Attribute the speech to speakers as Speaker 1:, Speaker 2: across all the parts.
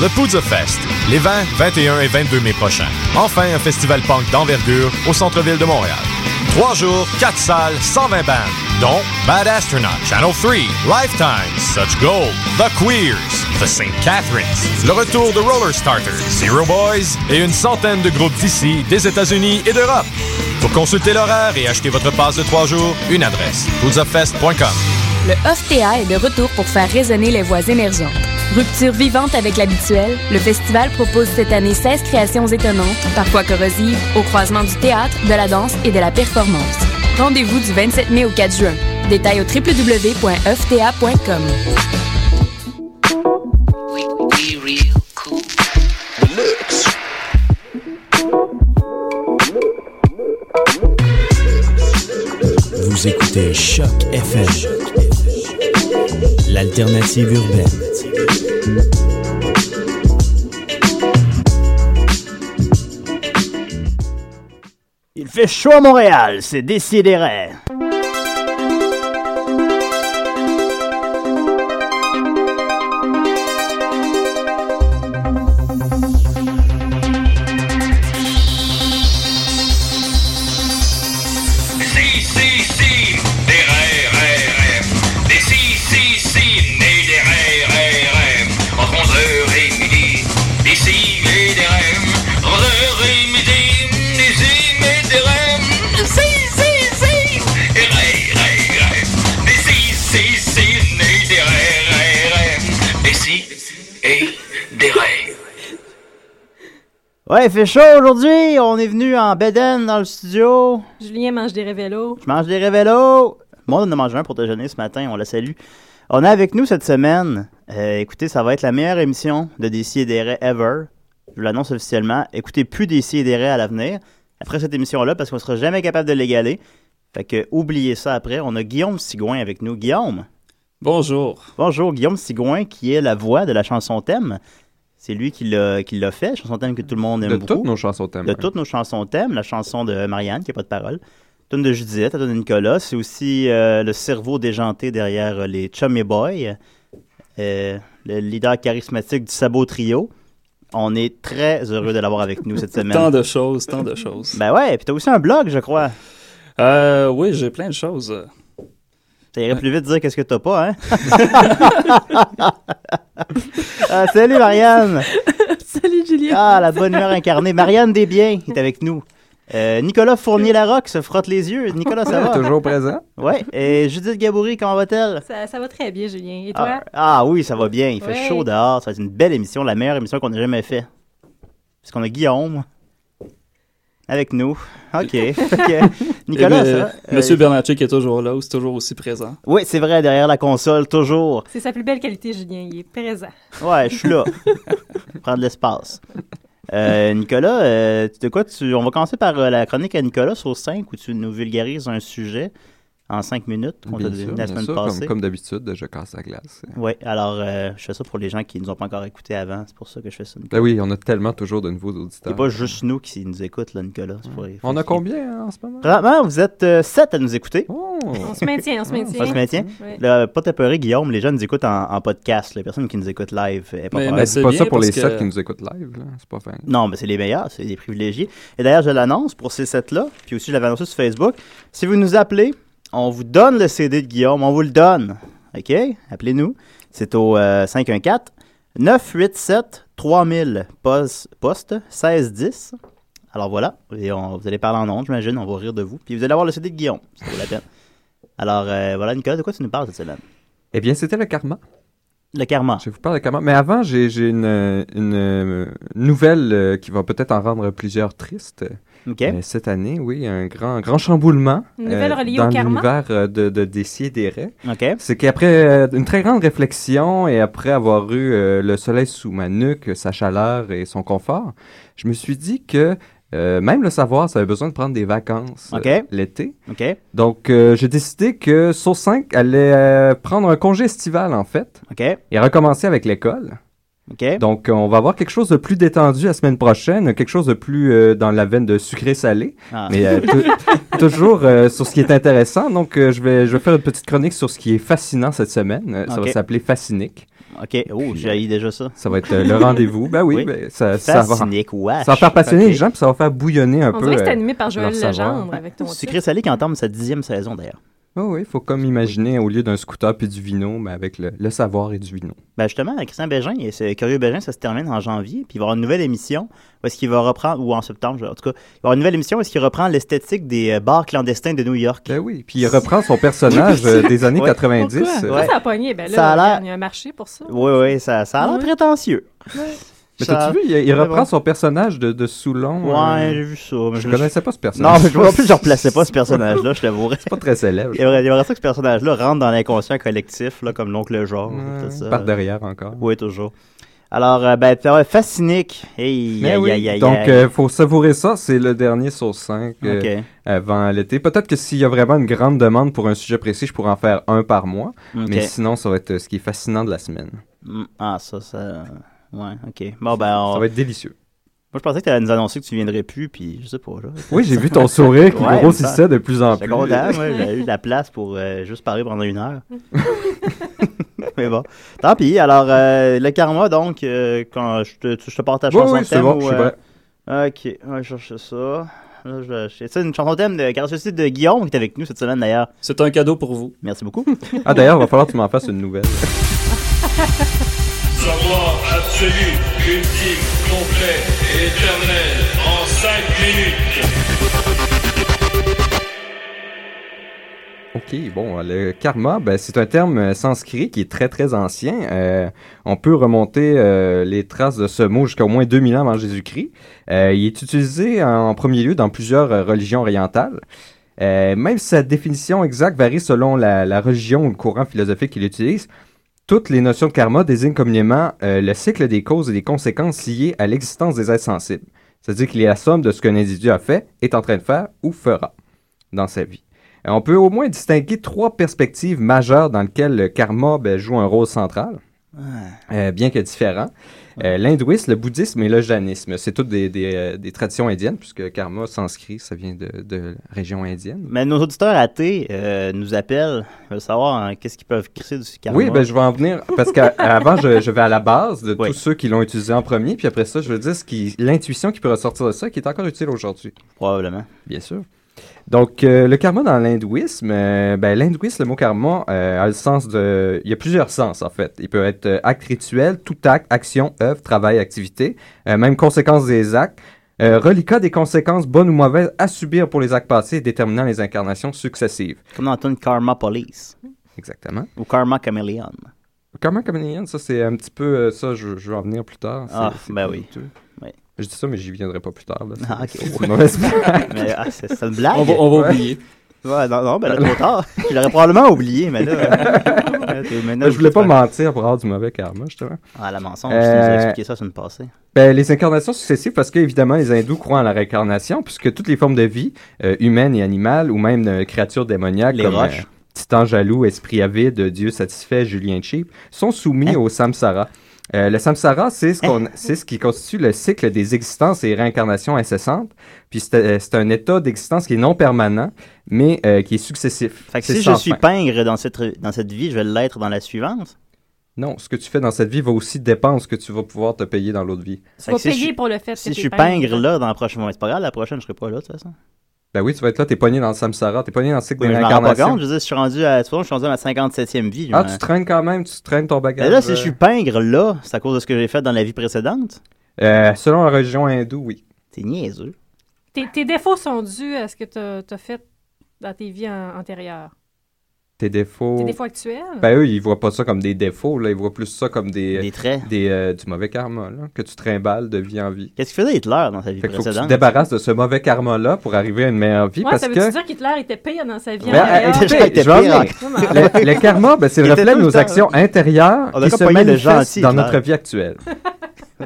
Speaker 1: le Poudre Fest, les 20, 21 et 22 mai prochains. Enfin, un festival punk d'envergure au centre-ville de Montréal. Trois jours, quatre salles, 120 bandes, dont Bad Astronaut, Channel 3, Lifetime, Such Gold, The Queers, The St. Catharines, le retour de Roller Starters, Zero Boys et une centaine de groupes d'ici, des États-Unis et d'Europe. Pour consulter l'horaire et acheter votre passe de trois jours, une adresse, poudzafest.com.
Speaker 2: Le OFTA est de retour pour faire résonner les voix émergentes. Rupture vivante avec l'habituel, le festival propose cette année 16 créations étonnantes, parfois corrosives, au croisement du théâtre, de la danse et de la performance. Rendez-vous du 27 mai au 4 juin. Détail au www.ofta.com.
Speaker 3: Vous écoutez Choc FM, l'alternative urbaine.
Speaker 4: Il fait chaud à Montréal, c'est décidéré.
Speaker 5: Si, si, si, des RRRM. Des si, si, si, nés des RRRM. Entre 11h et midi, des si et des REM. Entre 11h et midi, des si et des REM. Si, si, si, des RRRM. Des si, si, si, nés des RRRM. Des si et des REM.
Speaker 4: Ouais, il fait chaud aujourd'hui, on est venu en Beden dans le studio.
Speaker 6: Julien mange des révélos.
Speaker 4: Je mange des révélos. Moi, on en a mangé un pour déjeuner ce matin, on la salue. On a avec nous cette semaine, euh, écoutez, ça va être la meilleure émission de DC et des Raies ever. Je vous l'annonce officiellement. Écoutez plus DC et des Raies à l'avenir, après cette émission-là, parce qu'on sera jamais capable de l'égaler. Fait que, oubliez ça après. On a Guillaume Sigouin avec nous. Guillaume.
Speaker 7: Bonjour.
Speaker 4: Bonjour, Guillaume Sigouin, qui est la voix de la chanson thème. C'est lui qui l'a qui l'a fait, chanson thème que tout le monde aime
Speaker 7: De
Speaker 4: beaucoup.
Speaker 7: toutes nos chansons hein. thèmes.
Speaker 4: De toutes nos chansons thèmes, la chanson de Marianne, qui n'a pas de parole, tune de Judith, la tune de Nicolas, c'est aussi euh, le cerveau déjanté derrière euh, les Chummy Boys, euh, le leader charismatique du Sabot Trio. On est très heureux de l'avoir avec nous cette
Speaker 7: Tant
Speaker 4: semaine.
Speaker 7: de choses, tant de choses.
Speaker 4: Ben ouais, puis t'as aussi un blog, je crois.
Speaker 7: Euh, oui, j'ai plein de choses.
Speaker 4: Ça irait plus vite de dire qu'est-ce que t'as pas, hein? Ah, salut Marianne!
Speaker 6: Salut Julien.
Speaker 4: Ah, la bonne humeur incarnée. Marianne Desbiens est avec nous. Euh, Nicolas Fournier-Larocque se frotte les yeux. Nicolas, ça va?
Speaker 7: Toujours présent.
Speaker 4: Ouais, et Judith Gaboury, comment va-t-elle?
Speaker 6: Ça, ça va très bien, Julien. Et toi?
Speaker 4: Ah, ah oui, ça va bien. Il fait
Speaker 6: Ouais.
Speaker 4: chaud dehors. Ça va être une belle émission, la meilleure émission qu'on ait jamais faite. Parce qu'on a Guillaume avec nous. OK. ok. Nicolas,
Speaker 7: Et,
Speaker 4: ça
Speaker 7: euh,
Speaker 4: va? Euh,
Speaker 7: Monsieur Bernatchez qui est toujours là, ou c'est toujours aussi présent.
Speaker 8: Ah,
Speaker 4: Oui, c'est vrai, derrière la console, toujours.
Speaker 6: C'est sa plus belle qualité, Julien. Il est présent.
Speaker 4: Ouais, je suis là. Prendre l'espace. Euh, Nicolas, euh, de quoi tu... on va commencer par euh, la chronique à Nicolas sur 5 où tu nous vulgarises un sujet en 5 minutes qu'on t'a
Speaker 7: Bien
Speaker 4: donné
Speaker 7: sûr,
Speaker 4: la
Speaker 7: bien
Speaker 4: semaine
Speaker 7: sûr,
Speaker 4: passée.
Speaker 7: comme, comme d'habitude, je casse la glace.
Speaker 4: Oui, alors euh, je fais ça pour les gens qui ne nous ont pas encore écoutés avant. C'est pour ça que je fais ça. Nicolas.
Speaker 7: Ben oui, on a tellement toujours de nouveaux
Speaker 4: Il n'y
Speaker 7: auditeurs.
Speaker 4: a pas juste nous qui nous écoutent, là, Nicolas. C'est pour- faut-
Speaker 7: On a combien hein, en ce moment?
Speaker 4: Présentement, vous êtes 7 à nous écouter.
Speaker 7: Oh!
Speaker 6: On se maintient, on se maintient.
Speaker 4: Ça se maintient.
Speaker 6: Ouais.
Speaker 4: Là, pas t'apeurer, Guillaume, les gens nous écoutent en, en podcast. Les personnes qui nous écoutent live. eh, pas
Speaker 7: Mais-
Speaker 4: peur.
Speaker 7: mais
Speaker 4: non,
Speaker 7: c'est
Speaker 8: pas
Speaker 7: bien
Speaker 8: ça pour
Speaker 7: parce
Speaker 8: les
Speaker 7: que-
Speaker 8: sept qui nous écoutent live, là. C'est pas fin.
Speaker 4: mais c'est les meilleurs, c'est les privilégiés. Et d'ailleurs, je l'annonce pour ces 7-là, puis aussi je l'avais annoncé sur Facebook. Si vous nous appelez, on vous donne le CD de Guillaume, on vous le donne. OK? Appelez-nous. C'est au euh, 514 987 3000 poste, poste 1610. Alors voilà, et on- vous allez parler en ondes, j'imagine, on va rire de vous. Puis vous allez avoir le CD de Guillaume, ça vaut la peine. Alors euh, voilà, Nicolas, de quoi tu nous parles cette semaine?
Speaker 8: Eh bien, c'était le karma.
Speaker 4: Le karma.
Speaker 8: Je vais vous parler de karma. Mais avant, j'ai j'ai une, une, euh, nouvelle euh, qui va peut-être en rendre plusieurs tristes.
Speaker 4: OK?
Speaker 8: Euh, cette année, oui, un grand, grand chamboulement
Speaker 6: Une nouvelle reliée
Speaker 8: dans
Speaker 6: au karma?
Speaker 8: l'univers euh, de, de Dessier et des Raies.
Speaker 4: OK.
Speaker 8: C'est qu'après euh, une très grande réflexion et après avoir eu euh, le soleil sous ma nuque, sa chaleur et son confort, je me suis dit que euh, même le savoir, ça avait besoin de prendre des vacances
Speaker 4: Ok.
Speaker 8: euh, l'été.
Speaker 4: OK.
Speaker 8: Donc, euh, j'ai décidé que Source 5 allait euh, prendre un congé estival, en fait,
Speaker 4: OK.
Speaker 8: et recommencer avec l'école.
Speaker 4: OK.
Speaker 8: Donc, euh, on va avoir quelque chose de plus détendu la semaine prochaine, quelque chose de plus euh, dans la veine de sucré-salé,
Speaker 4: Ah.
Speaker 8: mais euh, tou- toujours euh, sur ce qui est intéressant. Donc, euh, je, vais, je vais faire une petite chronique sur ce qui est fascinant cette semaine. Euh, Ça
Speaker 4: Ok.
Speaker 8: va s'appeler Fascinique.
Speaker 4: OK. Oh, j'ai haï déjà ça.
Speaker 8: Ça va être euh, le rendez-vous. Ben oui,
Speaker 4: Oui.
Speaker 8: ben, ça, ça va, ça
Speaker 4: Fascinique, ouais.
Speaker 8: va faire passionner les gens, puis ça va faire bouillonner un
Speaker 6: On
Speaker 8: peu.
Speaker 6: dirait que c'est
Speaker 8: euh,
Speaker 6: animé par Joël
Speaker 8: leur savoir.
Speaker 6: Legendre avec ton titre.
Speaker 4: Sucré salé qui entame sa dixième saison, d'ailleurs.
Speaker 8: Ah oui, il faut comme imaginer au lieu d'un scooter puis du vino, mais avec le, le savoir et du vino.
Speaker 4: Ben justement, Christian Bégin et ce Curieux Bégin, ça se termine en janvier, puis il va y avoir une nouvelle émission où est-ce qu'il va reprendre, ou en septembre, je- en tout cas, il va y avoir une nouvelle émission où est-ce qu'il reprend l'esthétique des euh, bars clandestins de New York.
Speaker 8: Ben oui, puis il reprend son personnage euh, des années
Speaker 4: Ouais.
Speaker 8: 90.
Speaker 6: Pourquoi?
Speaker 8: euh,
Speaker 4: Ouais.
Speaker 6: Ça a pogné. Ben là,
Speaker 4: Ça a l'air-
Speaker 6: il y a un marché pour ça.
Speaker 4: Oui, oui, ça, ça a l'air
Speaker 6: Ouais.
Speaker 4: prétentieux.
Speaker 8: Mais
Speaker 4: Ça-
Speaker 8: t'as-tu vu, il, il
Speaker 4: Ouais,
Speaker 8: reprend
Speaker 4: ouais.
Speaker 8: son personnage de, de Soulon.
Speaker 4: Ouais,
Speaker 8: euh,
Speaker 4: j'ai vu ça.
Speaker 8: je
Speaker 4: mais je
Speaker 8: ne
Speaker 4: me suis-
Speaker 8: connaissais pas ce
Speaker 4: Non,
Speaker 8: personnage.
Speaker 4: mais je en plus, je replaçais pas ce personnage-là, je l'avouerais.
Speaker 8: C'est pas très célèbre.
Speaker 4: Il aimerait il aimerait ça que ce personnage-là rentre dans l'inconscient collectif, là, comme l'oncle Georges.
Speaker 8: Ouais,
Speaker 4: tout ça.
Speaker 8: Par derrière encore.
Speaker 4: Oui, toujours. Alors, euh, ben, t'as- ouais, fascinique. Hey,
Speaker 8: Mais
Speaker 4: aïe,
Speaker 8: oui,
Speaker 4: aïe, aïe,
Speaker 8: donc euh,
Speaker 4: aïe.
Speaker 8: il faut savourer ça, c'est le dernier sur 5
Speaker 4: Ok.
Speaker 8: avant l'été. Peut-être que s'il y a vraiment une grande demande pour un sujet précis, je pourrais en faire un par mois,
Speaker 4: ok.
Speaker 8: mais sinon ça va être euh, ce qui est fascinant de la semaine.
Speaker 4: Mm, Ah, ça, ça. Ouais, ok. Bon, ben, on-
Speaker 8: Ça va être délicieux.
Speaker 4: moi, je pensais que tu allais nous annoncer que tu viendrais plus, puis je sais pas, là.
Speaker 8: Oui, j'ai vu ton sourire qui
Speaker 4: Ouais,
Speaker 8: grossissait de plus en
Speaker 4: J'étais
Speaker 8: plus.
Speaker 4: content, moi, j'ai eu de la place pour euh, juste parler pendant une heure. Mais bon, tant pis. Alors, euh, le karma, donc, euh, quand je te, tu- je te partage
Speaker 8: Oui,
Speaker 4: chanson
Speaker 8: oui, c'est
Speaker 4: thème
Speaker 8: bon,
Speaker 4: ou,
Speaker 8: je suis
Speaker 4: euh,
Speaker 8: prêt.
Speaker 4: Ok, on va chercher ça. Là, je vais chercher- C'est une chanson thème de Carlos de Guillaume qui est avec nous cette semaine d'ailleurs.
Speaker 9: C'est un cadeau pour vous.
Speaker 4: Merci beaucoup.
Speaker 8: Ah d'ailleurs, il va falloir que tu m'en fasses une nouvelle.
Speaker 5: Savoir absolu, ultime, complet et éternel en 5 minutes.
Speaker 8: Ok, bon, le karma, ben, c'est un terme euh, sanskrit qui est très très ancien. Euh, on peut remonter euh, les traces de ce mot jusqu'au moins 2000 ans avant Jésus-Christ. Euh, il est utilisé en, en premier lieu dans plusieurs euh, religions orientales. Euh, même si sa définition exacte varie selon la, la religion ou le courant philosophique qu'il utilise, toutes les notions de karma désignent communément euh, le cycle des causes et des conséquences liées à l'existence des êtres sensibles. C'est-à-dire qu'il est la somme de ce qu'un individu a fait, est en train de faire ou fera dans sa vie. Euh, On peut au moins distinguer trois perspectives majeures dans lesquelles le karma ben, joue un rôle central, euh, bien que différent. Euh, L'hindouisme, le bouddhisme et le jainisme. C'est toutes des, des, euh, des traditions indiennes, puisque karma sanskrit, ça vient de, de la région indienne.
Speaker 4: Mais nos auditeurs athées euh, nous appellent, ils veulent savoir hein, qu'est-ce qu'ils peuvent crisser du karma.
Speaker 8: Oui, ben, je vais en venir, parce qu'avant, je, je vais à la base de
Speaker 4: Oui.
Speaker 8: tous ceux qui l'ont utilisé en premier, puis après ça, je veux dire ce qui- l'intuition qui peut ressortir de ça, qui est encore utile aujourd'hui.
Speaker 4: probablement.
Speaker 8: Bien sûr. Donc, euh, le karma dans l'hindouisme, euh, ben, l'hindouisme, le mot karma euh, a le sens de... Il y a plusieurs sens, en fait. Il peut être euh, acte rituel, tout acte, action, œuvre, travail, activité, euh, même conséquence des actes, euh, reliquat des conséquences bonnes ou mauvaises à subir pour les actes passés déterminant les incarnations successives.
Speaker 4: Comme dans la tune Karma Police
Speaker 8: Exactement.
Speaker 4: ou Karma Chameleon.
Speaker 8: Karma Chameleon, ça, c'est un petit peu... euh, ça, je, je vais en venir plus tard. C'est-
Speaker 4: Ah,
Speaker 8: c'est
Speaker 4: ben
Speaker 8: plus
Speaker 4: oui.
Speaker 8: douteux.
Speaker 4: Oui.
Speaker 8: Je dis ça, mais j'y viendrai pas plus tard. Là.
Speaker 4: Ah, ok.
Speaker 8: C'est une mauvaise blague.
Speaker 4: Mais ah, c'est c'est une blague.
Speaker 9: On va, on va
Speaker 8: Ouais.
Speaker 9: oublier.
Speaker 4: Ouais, non, non, ben là, trop tard. Je l'aurais probablement oublié, mais là. euh, t'es- maintenant,
Speaker 8: Je voulais pas
Speaker 4: te-
Speaker 8: mentir pour avoir du mauvais karma, justement.
Speaker 4: Ah, la mensonge, tu nous as
Speaker 8: Euh,
Speaker 4: expliqué ça la semaine passée.
Speaker 8: Ben, les incarnations successives, parce qu'évidemment, les hindous croient en la réincarnation, puisque toutes les formes de vie, euh, humaines et animales, ou même de créatures démoniaques,
Speaker 4: Les
Speaker 8: comme
Speaker 4: roches.
Speaker 8: euh, titan jaloux, esprit avide, dieu satisfait, Julien Cheap, sont soumis
Speaker 4: Hein?
Speaker 8: au samsara. Euh, le samsara, c'est ce, qu'on, c'est ce qui constitue le cycle des existences et réincarnations incessantes. Puis c'est, euh, c'est un état d'existence qui est non permanent, mais euh, qui est successif.
Speaker 4: Fait que
Speaker 8: C'est
Speaker 4: si je
Speaker 8: sans
Speaker 4: suis
Speaker 8: fin.
Speaker 4: pingre dans cette, dans cette vie, je vais l'être dans la suivante.
Speaker 8: Non, ce que tu fais dans cette vie va aussi dépendre de ce que tu vas pouvoir te payer dans l'autre vie.
Speaker 6: Tu
Speaker 4: Fait
Speaker 6: vas
Speaker 4: que si je
Speaker 6: payer
Speaker 4: suis-
Speaker 6: pour le fait
Speaker 4: Si
Speaker 6: que
Speaker 4: je
Speaker 6: t'es hein.
Speaker 4: suis pingre là dans la prochaine. Bon, c'est pas grave, la prochaine, je serai pas là, de toute façon.
Speaker 8: Ben oui, tu vas être là, t'es pogné dans le samsara, t'es pogné dans le cycle
Speaker 4: Oui,
Speaker 8: des
Speaker 4: mais je m'en rends pas
Speaker 8: réincarnations.
Speaker 4: compte. Je veux dire, je suis rendu à, tu vois, je suis rendu à ma 57e vie. je
Speaker 8: Ah,
Speaker 4: me-
Speaker 8: tu traînes quand même, tu traînes ton bagage.
Speaker 4: Mais là, si
Speaker 8: euh,
Speaker 4: je suis pingre là, c'est à cause de ce que j'ai fait dans la vie précédente.
Speaker 8: Euh, selon la religion hindoue, oui.
Speaker 4: T'es niaiseux.
Speaker 6: Tes, tes défauts sont dus à ce que t'as as fait dans tes vies an- antérieures.
Speaker 8: Tes défauts.
Speaker 6: Tes défauts actuels?
Speaker 8: Ben eux, ils voient pas ça comme des défauts, là. Ils voient plus ça comme des.
Speaker 4: Des traits.
Speaker 8: des, euh, du mauvais karma, là. Que tu trimbales de vie en vie.
Speaker 4: Qu'est-ce que faisait Hitler dans sa vie
Speaker 8: Fait qu'il faut que tu te
Speaker 4: précédente?
Speaker 8: débarrasses de ce mauvais karma-là pour arriver à une meilleure vie.
Speaker 6: ouais,
Speaker 8: parce
Speaker 6: ça veut-tu
Speaker 8: que.
Speaker 6: dire qu'Hitler était pire dans sa vie
Speaker 8: Ben,
Speaker 4: antérieure?
Speaker 8: euh,
Speaker 4: Déjà,
Speaker 8: écoutez,
Speaker 4: il était
Speaker 8: je vais en
Speaker 4: pire
Speaker 8: venir.
Speaker 4: encore.
Speaker 6: antérieure? Ouais, mais-
Speaker 8: le, le karma, ben, c'est le
Speaker 4: Il était
Speaker 8: reflet de
Speaker 4: tout le
Speaker 8: nos
Speaker 4: temps-
Speaker 8: actions intérieures
Speaker 4: On a
Speaker 8: qui
Speaker 4: pas
Speaker 8: se
Speaker 4: pogné le
Speaker 8: manifestent
Speaker 4: gentil,
Speaker 8: dans
Speaker 4: Hitler.
Speaker 8: notre vie actuelle.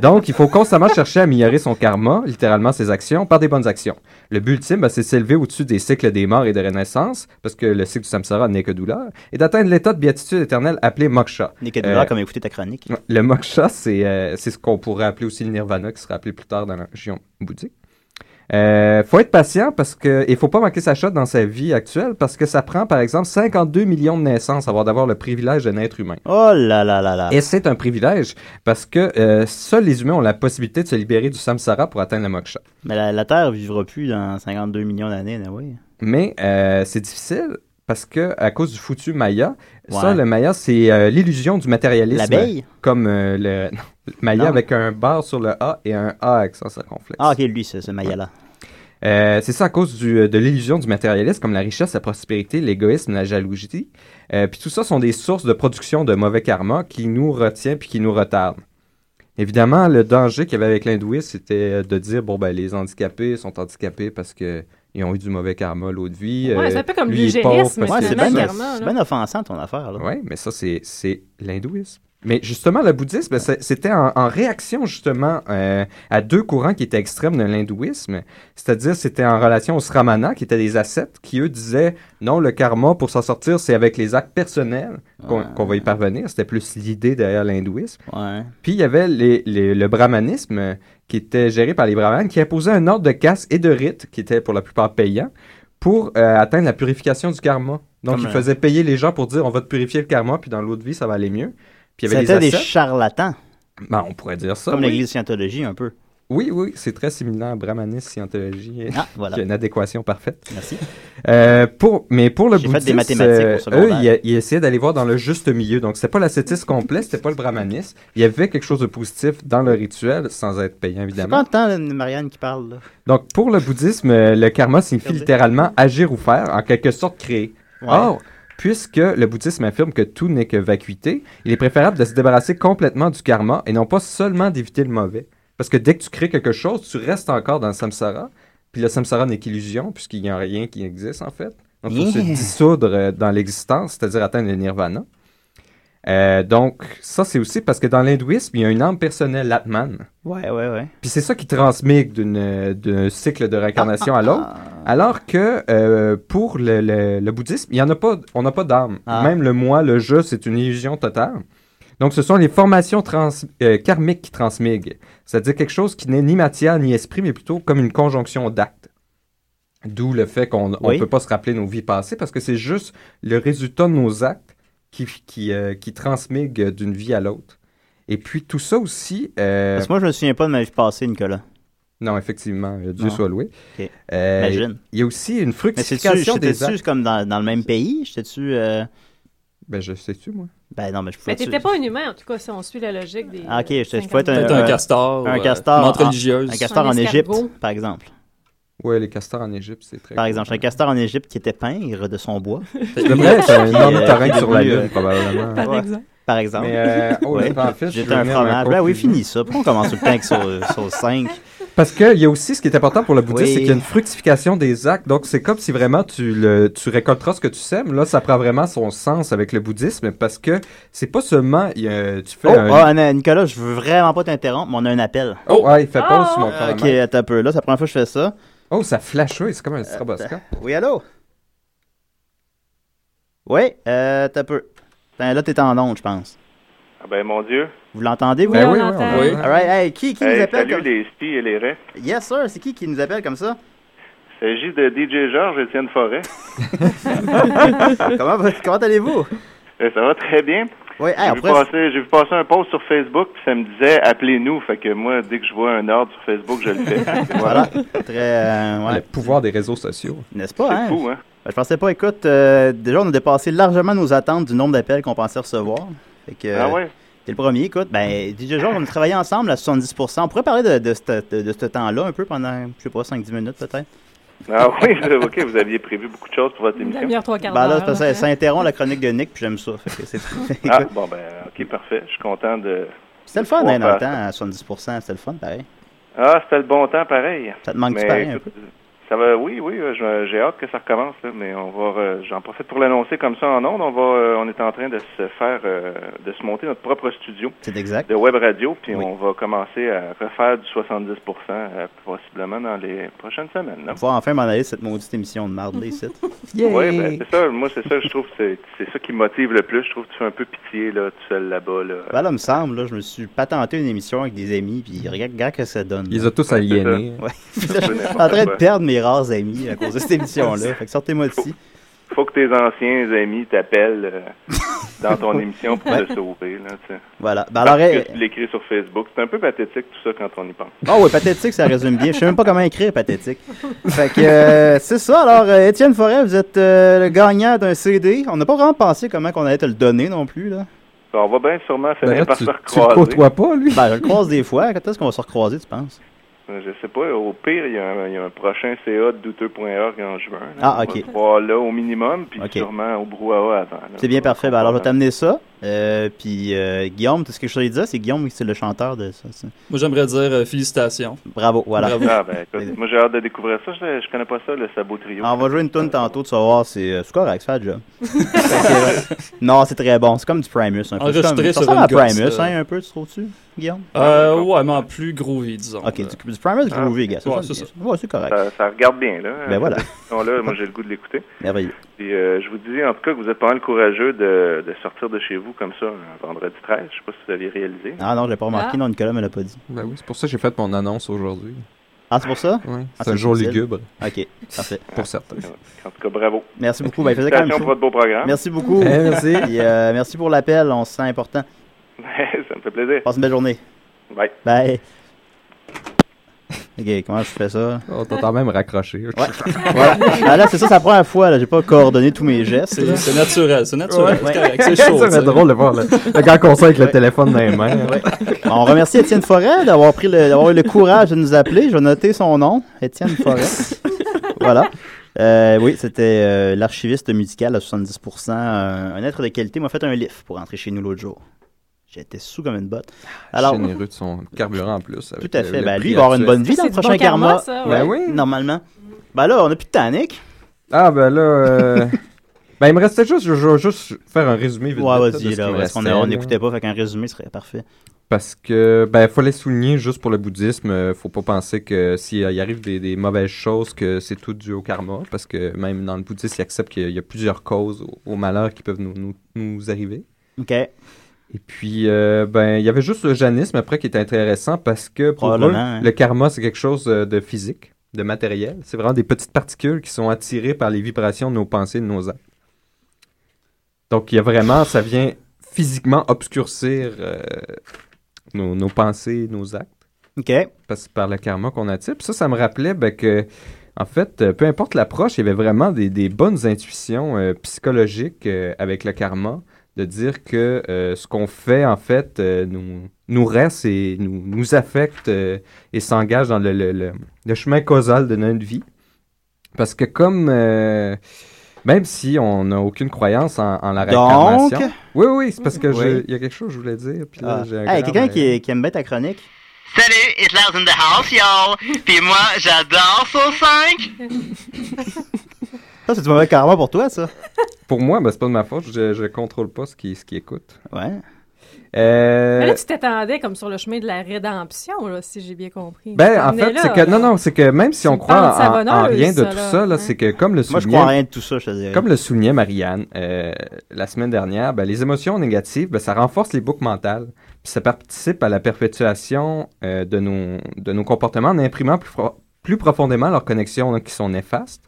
Speaker 8: Donc, il faut constamment chercher à améliorer son karma, littéralement ses actions, par des bonnes actions. Le but ultime, ben, c'est de s'élever au-dessus des cycles des morts et des renaissances, parce que le cycle du samsara n'est que douleur, et d'atteindre l'état de béatitude éternelle appelé moksha.
Speaker 4: Nicolas,
Speaker 8: Euh,
Speaker 4: comme écouter ta chronique.
Speaker 8: Le moksha, c'est euh, c'est ce qu'on pourrait appeler aussi le nirvana, qui sera appelé plus tard dans la religion bouddhique. Euh, faut être patient parce que il faut pas manquer sa shot dans sa vie actuelle parce que ça prend par exemple 52 millions de naissances avant d'avoir le privilège d'un être humain.
Speaker 4: Oh là là là là.
Speaker 8: Et c'est un privilège parce que euh, seuls les humains ont la possibilité de se libérer du samsara pour atteindre le moksha.
Speaker 4: Mais la, la Terre vivra plus dans 52 millions d'années, ben oui.
Speaker 8: Mais euh, c'est difficile parce que à cause du foutu Maya,
Speaker 4: Ouais.
Speaker 8: ça le Maya c'est euh, l'illusion du matérialisme.
Speaker 4: L'abeille?
Speaker 8: Comme euh, le non, le Maya
Speaker 4: Non.
Speaker 8: avec un bar sur le A et un A accent circonflexe.
Speaker 4: Ah, ok, lui, ce, ce Maya-là.
Speaker 8: Euh, c'est ça à cause du, euh, de l'illusion du matérialisme comme la richesse, la prospérité, l'égoïsme, la jalousie. Euh, puis tout ça sont des sources de production de mauvais karma qui nous retient puis qui nous retardent. Évidemment, le danger qu'il y avait avec l'hindouisme, c'était de dire bon ben les handicapés sont handicapés parce que ils ont eu du mauvais karma l'autre vie.
Speaker 6: Ouais,
Speaker 8: euh,
Speaker 6: c'est un peu comme
Speaker 8: lui, il est pauvre
Speaker 6: l'hygiénisme,
Speaker 8: parce
Speaker 4: Ouais,
Speaker 8: que-
Speaker 4: c'est
Speaker 6: finalement,
Speaker 4: bien,
Speaker 8: ça,
Speaker 6: karma,
Speaker 4: c'est
Speaker 6: là.
Speaker 4: bien offensant ton affaire, là.
Speaker 8: oui, mais ça, c'est, c'est l'hindouisme. Mais justement, le bouddhisme, ben, c'est- c'était en, en réaction justement euh, à deux courants qui étaient extrêmes de l'hindouisme. C'est-à-dire, c'était en relation aux sramanas, qui étaient des ascètes, qui eux disaient non, le karma, pour s'en sortir, c'est avec les actes personnels qu'on, qu'on va y parvenir. C'était plus l'idée derrière l'hindouisme.
Speaker 4: Ouais.
Speaker 8: Puis il y avait les- les- le brahmanisme euh, qui était géré par les brahmanes qui imposait un ordre de casse et de rites qui était pour la plupart payant pour euh, atteindre la purification du karma. Donc
Speaker 4: Comme,
Speaker 8: ils
Speaker 4: euh,
Speaker 8: faisaient payer les gens pour dire on va te purifier le karma puis dans l'autre vie ça va aller mieux. Puis il y avait
Speaker 4: C'était des
Speaker 8: ascètes.
Speaker 4: charlatans,
Speaker 8: Ben, on pourrait dire ça.
Speaker 4: comme
Speaker 8: oui.
Speaker 4: l'église Scientologie, un peu.
Speaker 8: oui oui, c'est très similaire à brahmanisme scientologie.
Speaker 4: Ah, voilà.
Speaker 8: Il y a une adéquation parfaite.
Speaker 4: Merci.
Speaker 8: Euh, pour, mais pour le
Speaker 4: J'ai fait
Speaker 8: bouddhisme,
Speaker 4: des mathématiques au
Speaker 8: euh, eux,
Speaker 4: secondaire.
Speaker 8: ils, ils essayaient d'aller voir dans le juste milieu. Donc, c'était pas l'ascétisme complet, c'était pas le brahmanisme. Il y avait quelque chose de positif dans le rituel, sans être payant,
Speaker 4: C'est
Speaker 8: évidemment.
Speaker 4: pas le temps, là, de Marianne qui parle, là.
Speaker 8: Donc, pour le bouddhisme, euh, le karma signifie
Speaker 4: Regardez.
Speaker 8: littéralement agir ou faire, en quelque sorte créer.
Speaker 4: Ouais.
Speaker 8: Or, puisque le bouddhisme affirme que tout n'est que vacuité, il est préférable de se débarrasser complètement du karma et non pas seulement d'éviter le mauvais. Parce que dès que tu crées quelque chose, tu restes encore dans le samsara. Puis le samsara n'est qu'illusion, puisqu'il n'y a rien qui existe en fait. Donc, il faut se
Speaker 4: Yeah.
Speaker 8: dissoudre euh, dans l'existence, c'est-à-dire atteindre le nirvana. Euh, donc, ça, c'est aussi parce que dans l'hindouisme, il y a une âme personnelle, l'atman.
Speaker 4: Ouais, ouais, ouais.
Speaker 8: Puis c'est ça qui transmet d'une- euh, d'un cycle de réincarnation à l'autre.
Speaker 4: Ah,
Speaker 8: Alors que euh, pour le, le- le bouddhisme, il y en a pas, on n'a pas d'âme.
Speaker 4: Ah.
Speaker 8: Même le moi, le je, c'est une illusion totale. Donc, ce sont les formations trans- euh, karmiques qui transmiguent. C'est-à-dire quelque chose qui n'est ni matière ni esprit, mais plutôt comme une conjonction d'actes. D'où le fait qu'on ne
Speaker 4: Oui.
Speaker 8: peut pas se rappeler nos vies passées, parce que c'est juste le résultat de nos actes qui, qui, euh, qui transmigue d'une vie à l'autre. Et puis, tout ça aussi... euh,
Speaker 4: Parce que moi, je me souviens pas de ma vie passée, Nicolas.
Speaker 8: non, effectivement, euh, Dieu
Speaker 4: Non.
Speaker 8: soit loué.
Speaker 4: Ok.
Speaker 8: Euh,
Speaker 4: Imagine.
Speaker 8: Il y a aussi une
Speaker 4: Mais c'est-tu,
Speaker 8: fructification des actes.
Speaker 4: j'étais-tu comme dans, dans le même pays? J'étais-tu... euh,
Speaker 8: Ben, je sais-tu, moi.
Speaker 4: Ben non, mais je pouvais...
Speaker 6: Mais t'étais pas un humain, en tout cas, si on suit la logique des.
Speaker 4: Ah, ok,
Speaker 6: euh,
Speaker 4: je- je pouvais
Speaker 6: 50.
Speaker 4: être
Speaker 7: Peut-être
Speaker 4: Euh,
Speaker 7: un castor.
Speaker 4: un
Speaker 7: euh,
Speaker 4: castor Ah.
Speaker 7: Une entre
Speaker 4: en-
Speaker 7: religieuse.
Speaker 4: Un castor
Speaker 6: Un
Speaker 4: en Égypte,
Speaker 6: escargot.
Speaker 4: par exemple.
Speaker 8: Ouais, les castors en Égypte, c'est très
Speaker 4: Par
Speaker 8: cool.
Speaker 4: exemple, j'étais un castor en Égypte qui était pingre de son bois,
Speaker 8: C'est
Speaker 4: ben.
Speaker 8: vrai, c'est un ornithorynque
Speaker 4: euh,
Speaker 8: sur la
Speaker 4: puis, euh,
Speaker 8: lune, probablement.
Speaker 4: Ouais.
Speaker 6: exemple.
Speaker 4: par exemple.
Speaker 8: Mais, euh, oh,
Speaker 4: Ouais.
Speaker 8: attends, en fait, je
Speaker 4: J'étais
Speaker 8: veux
Speaker 4: un
Speaker 8: venir à ma
Speaker 4: fromage. Ben oui,
Speaker 8: conclusion.
Speaker 4: fini ça. Pourquoi on commence tout le temps avec sur, sur 5?
Speaker 8: Parce qu'il y a aussi ce qui est important pour le bouddhisme,
Speaker 4: Oui.
Speaker 8: c'est qu'il y a une fructification des actes. Donc, c'est comme si vraiment tu, le, tu récolteras ce que tu sèmes. Là, ça prend vraiment son sens avec le bouddhisme parce que c'est pas seulement. il y a- tu fais
Speaker 4: Oh,
Speaker 8: un.
Speaker 4: ah, Anna- Nicolas, je veux vraiment pas t'interrompre, mais on a un appel.
Speaker 8: Oh, ah, il fait pause
Speaker 6: Ah,
Speaker 8: sur mon
Speaker 4: Ok,
Speaker 8: chronomètre.
Speaker 4: attends un peu. Là, c'est la première fois que je fais ça.
Speaker 8: Oh, ça flash, oui, c'est comme un stroboscope.
Speaker 4: Oui, allô? Oui, euh, attends un peu. Attends, là, t'es en onde, je pense.
Speaker 9: Ah ben mon Dieu.
Speaker 4: Vous l'entendez, vous?
Speaker 6: Oui,
Speaker 8: Ben
Speaker 6: on
Speaker 8: oui, oui,
Speaker 6: l'entend.
Speaker 8: on
Speaker 7: Oui.
Speaker 8: l'entend.
Speaker 4: All right, hey, qui, qui nous
Speaker 9: Hey,
Speaker 4: appelle
Speaker 9: salut
Speaker 4: comme...
Speaker 9: les stis et les raies.
Speaker 4: Yes, sir, c'est qui qui nous appelle comme ça?
Speaker 9: Il s'agit de DJ Georges Étienne Forêt.
Speaker 4: comment va- comment allez-vous?
Speaker 9: Euh, Ça va très bien.
Speaker 4: Oui, hey,
Speaker 9: J'ai
Speaker 4: on
Speaker 9: vu,
Speaker 4: pourrait-
Speaker 9: passer- j'ai vu passer un post sur Facebook, puis ça me disait appelez-nous. Fait que moi, dès que je vois un ordre sur Facebook, je le fais.
Speaker 4: Voilà. Très, euh, ouais.
Speaker 8: Le pouvoir des réseaux sociaux.
Speaker 4: N'est-ce pas, hein?
Speaker 9: C'est fou, hein?
Speaker 4: Ben, je pensais pas, écoute, euh, déjà, on a dépassé largement nos attentes du nombre d'appels qu'on pensait recevoir. Fait que,
Speaker 9: Ah ouais?
Speaker 4: T'es le premier, écoute. Ben, DJ Georges, on a travaillé ensemble à 70%. On pourrait parler de, de, ce- de- de ce temps-là un peu pendant, je sais pas, 5-10 minutes peut-être.
Speaker 9: Ah oui, ok, vous aviez prévu beaucoup de choses pour votre
Speaker 6: Une
Speaker 9: émission.
Speaker 6: demi-heure, trois quarts
Speaker 4: Ben là,
Speaker 6: d'heure.
Speaker 4: c'est parce que
Speaker 6: là.
Speaker 4: ça, ça interrompt la chronique de Nick, puis j'aime ça. Fait que c'est écoute,
Speaker 9: Ah bon ben ok, parfait. Je suis content de.
Speaker 4: C'était le fun, hein, dans le
Speaker 9: Ouais,
Speaker 4: temps, à 70%, c'était le fun, pareil.
Speaker 9: Ah, c'était le bon temps pareil.
Speaker 4: Ça te manque-tu
Speaker 9: Mais
Speaker 4: pareil un peu?
Speaker 9: écoute, Ça va, oui, oui, euh, je- j'ai hâte que ça recommence, là, mais on va, euh, j'en profite pour l'annoncer comme ça en ondes. On va, euh, on est en train de se faire, euh, de se monter notre propre studio
Speaker 4: C'est exact.
Speaker 9: de web radio, puis
Speaker 4: Oui.
Speaker 9: on va commencer à refaire du 70%, euh, possiblement dans les prochaines semaines.
Speaker 4: On
Speaker 9: non?
Speaker 4: va pouvoir enfin m'en aller de cette maudite émission de marde des sites.
Speaker 9: Oui, ben, c'est ça. Moi, c'est ça, je trouve, que c'est c'est ça qui me motive le plus. Je trouve que tu fais un peu pitié, là, tout seul là-bas, là.
Speaker 4: Ben là, me semble, là, je me suis patenté une émission avec des amis, puis regarde, regarde que ça donne.
Speaker 8: Ils
Speaker 4: là.
Speaker 8: ont tous aliénés.
Speaker 4: Ouais. Puis là, je suis en train de perdre mes rares amis à cause de cette émission-là. Fait que sortez-moi d'ici.
Speaker 9: Faut que tes anciens amis t'appellent euh, dans ton émission pour
Speaker 4: Ouais.
Speaker 9: te sauver, là, tu sais.
Speaker 4: Voilà. Ben alors,
Speaker 9: Parce
Speaker 4: eh,
Speaker 9: que tu l'écris sur Facebook. C'est un peu pathétique, tout ça, quand on y pense.
Speaker 4: Ah ouais, pathétique, ça résume bien. Je sais même pas comment écrire pathétique. Fait que euh, c'est ça. Alors, euh, Étienne Forêt, vous êtes euh, le gagnant d'un CD. On n'a pas vraiment pensé comment qu'on allait te le donner non plus. Là.
Speaker 9: Bon, on va bien sûrement finir
Speaker 8: Ben là,
Speaker 9: par
Speaker 8: tu,
Speaker 9: se
Speaker 8: tu le
Speaker 9: recroiser.
Speaker 8: côtoies pas, lui?
Speaker 4: Ben, je le croise des fois. Quand est-ce qu'on va se recroiser, tu penses?
Speaker 9: Euh, Je sais pas, au pire, il y a un, il y a un prochain CA de douteux.org en juin. là.
Speaker 4: Ah,
Speaker 9: On
Speaker 4: ok.
Speaker 9: va se voir là au minimum, puis
Speaker 4: Ok.
Speaker 9: sûrement au brouhaha avant. là.
Speaker 4: C'est bien
Speaker 9: On va
Speaker 4: parfait. Ben, alors, je vais
Speaker 9: comprendre.
Speaker 4: t'amener ça. Euh, puis, euh, Guillaume, tout ce que je voulais dire, c'est Guillaume, c'est le chanteur de ça. ça.
Speaker 7: Moi, j'aimerais dire euh, félicitations.
Speaker 4: Bravo, voilà.
Speaker 7: Bravo.
Speaker 9: Ah, ben, écoute, moi, j'ai hâte de découvrir ça. Je, je connais pas ça, le sabot trio.
Speaker 4: Ah, on va jouer une tune tantôt, tu vas voir, c'est euh, c'est correct, ça fait le job. Fait que, euh, non, c'est très bon, c'est comme du Primus un peu. C'est
Speaker 7: Enregistré
Speaker 4: comme- Ça
Speaker 7: sur
Speaker 4: ressemble
Speaker 7: une
Speaker 4: à
Speaker 7: gosse,
Speaker 4: Primus,
Speaker 7: euh.
Speaker 4: hein, un peu, tu trouves-tu, Guillaume?
Speaker 7: Euh, ouais, mais en plus groovy, disons.
Speaker 4: Ah. Ok,
Speaker 7: Euh,
Speaker 4: du, du Primus groovy, gars. ça
Speaker 7: ouais,
Speaker 4: sonne
Speaker 7: c'est
Speaker 4: bien. Ouais, c'est correct.
Speaker 9: Ça, Euh, ça regarde bien, là.
Speaker 4: Ben voilà,
Speaker 9: Cette là moi, j'ai le goût de l'écouter.
Speaker 4: merveilleux.
Speaker 9: Puis, euh, je vous dis, en tout cas, que vous êtes pas mal courageux de, de sortir de chez vous comme ça, un vendredi 13. Je sais pas si vous avez réalisé.
Speaker 4: Ah non, je l'ai pas remarqué,
Speaker 6: Ah.
Speaker 4: non, Nicolas me l'a pas dit.
Speaker 8: Ben oui, c'est pour ça que j'ai fait mon annonce aujourd'hui.
Speaker 4: Ah, c'est pour ça?
Speaker 8: Ouais,
Speaker 4: Ah,
Speaker 8: c'est un
Speaker 4: c'est
Speaker 8: jour
Speaker 4: difficile.
Speaker 8: lugubre,
Speaker 4: Ok, parfait.
Speaker 8: pour certains.
Speaker 9: En tout cas, bravo.
Speaker 4: Merci beaucoup, ben, il faisait quand même
Speaker 9: Félicitations pour votre
Speaker 4: chaud.
Speaker 9: beau programme.
Speaker 4: Merci beaucoup.
Speaker 8: Eh, merci.
Speaker 4: Puis, euh, merci pour l'appel, on se sent important.
Speaker 9: ça me fait plaisir.
Speaker 4: Passe une belle journée.
Speaker 9: Bye.
Speaker 4: Bye. Ok, comment je fais ça?
Speaker 8: On t'entend même raccrocher.
Speaker 4: Ouais. Voilà. Ah, là, c'est ça, c'est la première fois, là, j'ai pas coordonné tous mes gestes. là.
Speaker 7: C'est c'est naturel, c'est naturel.
Speaker 4: Ouais.
Speaker 7: C'est correct, c'est chaud.
Speaker 8: ça
Speaker 7: tu sais.
Speaker 8: fait drôle de voir le, le gars qu'on sent avec le téléphone dans les mains.
Speaker 4: Ouais. On remercie Étienne Forêt d'avoir pris le, d'avoir eu le courage de nous appeler. Je vais noter son nom, Étienne Forêt. voilà. Euh, oui, c'était euh, l'archiviste musical à 70%. euh, un être de qualité m'a fait un lift pour rentrer chez nous l'autre jour. J'étais sous comme une botte. Alors,
Speaker 8: Généreux de son carburant en plus.
Speaker 4: tout
Speaker 8: avec
Speaker 4: à
Speaker 8: le-
Speaker 4: fait.
Speaker 8: le
Speaker 4: Ben,
Speaker 8: prix
Speaker 4: lui, il va avoir une
Speaker 8: actuel.
Speaker 4: bonne vie dans
Speaker 6: C'est
Speaker 4: le
Speaker 6: du
Speaker 4: prochain
Speaker 6: bon
Speaker 4: karma.
Speaker 6: karma, ça,
Speaker 8: ouais. Ben oui.
Speaker 4: Normalement. Ben là, on n'a plus de Tannic.
Speaker 8: Ah, ben là. euh, ben, il me restait juste. Je je vais juste faire un résumé vite.
Speaker 4: Ouais,
Speaker 8: vite, de
Speaker 4: vas-y,
Speaker 8: ce qui
Speaker 4: là.
Speaker 8: me
Speaker 4: Parce qu'on
Speaker 8: restait,
Speaker 4: on
Speaker 8: là.
Speaker 4: n'écoutait pas, fait qu'un résumé serait parfait.
Speaker 8: Parce que, ben, il fallait souligner, juste pour le bouddhisme, euh, faut pas penser que s'il y arrive des, des mauvaises choses, que c'est tout dû au karma. Parce que même dans le bouddhisme, ils acceptent qu'il y a- il y a plusieurs causes au, au malheur qui peuvent nous, nous, nous arriver.
Speaker 4: OK.
Speaker 8: Et puis, euh, ben, il y avait juste le janisme après qui était intéressant parce que pour eux,
Speaker 4: Probablement, hein.
Speaker 8: le karma, c'est quelque chose euh, de physique, de matériel. C'est vraiment des petites particules qui sont attirées par les vibrations de nos pensées, de nos actes. Donc, il y a vraiment, ça vient physiquement obscurcir euh, nos, nos pensées, nos actes
Speaker 4: OK.
Speaker 8: parce que par le karma qu'on attire. Puis ça, ça me rappelait ben, que, en fait, euh, peu importe l'approche, il y avait vraiment des, des bonnes intuitions euh, psychologiques euh, avec le karma, de dire que euh, ce qu'on fait, en fait, euh, nous, nous reste et nous, nous affecte euh, et s'engage dans le, le- le- le chemin causal de notre vie. Parce que comme... euh, même si on n'a aucune croyance en, en la
Speaker 4: Donc.
Speaker 8: réincarnation. Oui, oui, c'est parce que je-
Speaker 4: Oui.
Speaker 8: il y a quelque chose que je voulais dire. Puis là,
Speaker 4: Ah.
Speaker 8: j'ai un
Speaker 4: Hey,
Speaker 8: grand-
Speaker 4: quelqu'un qui, qui aime bien ta chronique.
Speaker 10: Salut, it's Lars in the house, y'all. Puis moi, j'adore Saut 5.
Speaker 4: Ça, c'est du mauvais karma pour toi, ça.
Speaker 8: Pour moi, ben, c'est pas de ma faute. Je, je contrôle pas ce qui, ce qui écoute.
Speaker 4: Ouais.
Speaker 8: Euh,
Speaker 6: Mais là, tu t'attendais comme sur le chemin de la rédemption, là, si j'ai bien compris.
Speaker 8: ben, en fait, c'est que non, non, c'est que même si on
Speaker 6: me parles
Speaker 8: croit
Speaker 6: de sa
Speaker 8: en, en
Speaker 6: bonheur,
Speaker 8: rien de
Speaker 6: ça,
Speaker 8: tout
Speaker 6: là.
Speaker 8: ça, là,
Speaker 6: Hein?
Speaker 8: c'est que comme le
Speaker 4: Moi, je
Speaker 8: soulignait-
Speaker 4: crois en rien de tout ça, je te dirais.
Speaker 8: comme le soulignait Marianne euh, la semaine dernière, ben, les émotions négatives, ben, ça renforce les boucles mentales. Puis ça participe à la perpétuation euh, de, nos, de nos comportements en imprimant plus, fro- plus profondément leurs connexions là, qui sont néfastes.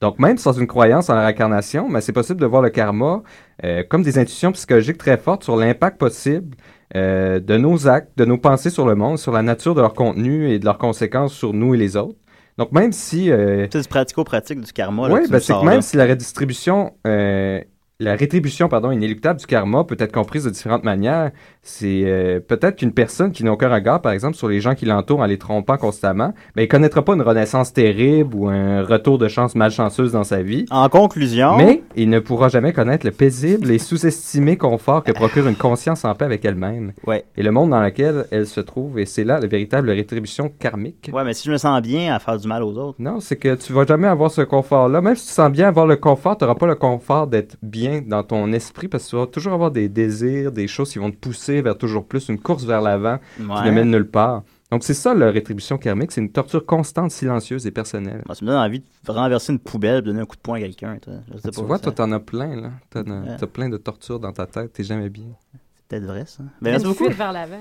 Speaker 8: Donc, même sans une croyance en la réincarnation, ben, c'est possible de voir le karma euh, comme des intuitions psychologiques très fortes sur l'impact possible euh, de nos actes, de nos pensées sur le monde, sur la nature de leur contenu et de leurs conséquences sur nous et les autres. Donc, même si euh,
Speaker 4: C'est du pratico-pratique du karma. Ah, là,
Speaker 8: oui,
Speaker 4: tu
Speaker 8: ben,
Speaker 4: nous
Speaker 8: c'est que
Speaker 4: sors,
Speaker 8: même
Speaker 4: là.
Speaker 8: si la redistribution, euh, la rétribution pardon, inéluctable du karma peut être comprise de différentes manières. C'est euh, peut-être qu'une personne qui n'a aucun regard, par exemple, sur les gens qui l'entourent en les trompant constamment, ben, elle connaîtra pas une renaissance terrible ou un retour de chance malchanceuse dans sa vie.
Speaker 4: En conclusion,
Speaker 8: Mais il ne pourra jamais connaître le paisible et sous-estimé confort que procure une conscience en paix avec elle-même.
Speaker 4: Ouais.
Speaker 8: Et le monde dans lequel elle se trouve, et c'est là la véritable rétribution karmique.
Speaker 4: ouais, mais si je me sens bien à faire du mal aux autres.
Speaker 8: Non, c'est que tu vas jamais avoir ce confort-là. Même si tu sens bien avoir le confort, tu n'auras pas le confort d'être bien dans ton esprit parce que tu vas toujours avoir des désirs, des choses qui vont te pousser vers toujours plus, une course vers l'avant qui
Speaker 4: Ouais.
Speaker 8: ne mène nulle part. Donc c'est ça la rétribution karmique, c'est une torture constante, silencieuse et personnelle.
Speaker 4: Moi, ça me donne envie de renverser une poubelle et donner un coup de poing à quelqu'un. toi. Je sais
Speaker 8: Ah, tu
Speaker 4: pas,
Speaker 8: vois,
Speaker 4: ça-
Speaker 8: toi, t'en as plein, là. T'en as,
Speaker 4: Ouais.
Speaker 8: t'as plein de tortures dans ta tête, t'es jamais bien.
Speaker 4: C'est peut-être vrai, ça. Ben, merci
Speaker 6: Une
Speaker 4: beaucoup.
Speaker 6: fuite vers l'avant.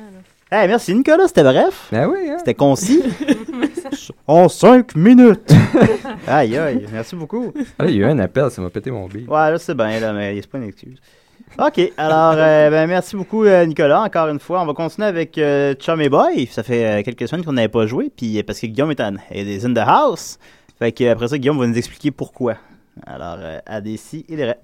Speaker 6: là.
Speaker 4: Hey, merci, Nicolas. C'était bref.
Speaker 8: Ben oui, hein?
Speaker 4: C'était concis. en cinq minutes. aïe, aïe. Merci beaucoup.
Speaker 8: Ah, il y a eu un appel, ça m'a pété mon bille.
Speaker 4: Ouais, je sais bien, là, mais c'est pas une excuse. OK, alors, euh, ben, merci beaucoup, euh, Nicolas, encore une fois. On va continuer avec euh, Chum et Boy. Ça fait euh, quelques semaines qu'on n'avait pas joué, puis euh, parce que Guillaume est, en, est in the house. Fait que, euh, après ça, Guillaume va nous expliquer pourquoi. Alors, euh, à des si et des ré.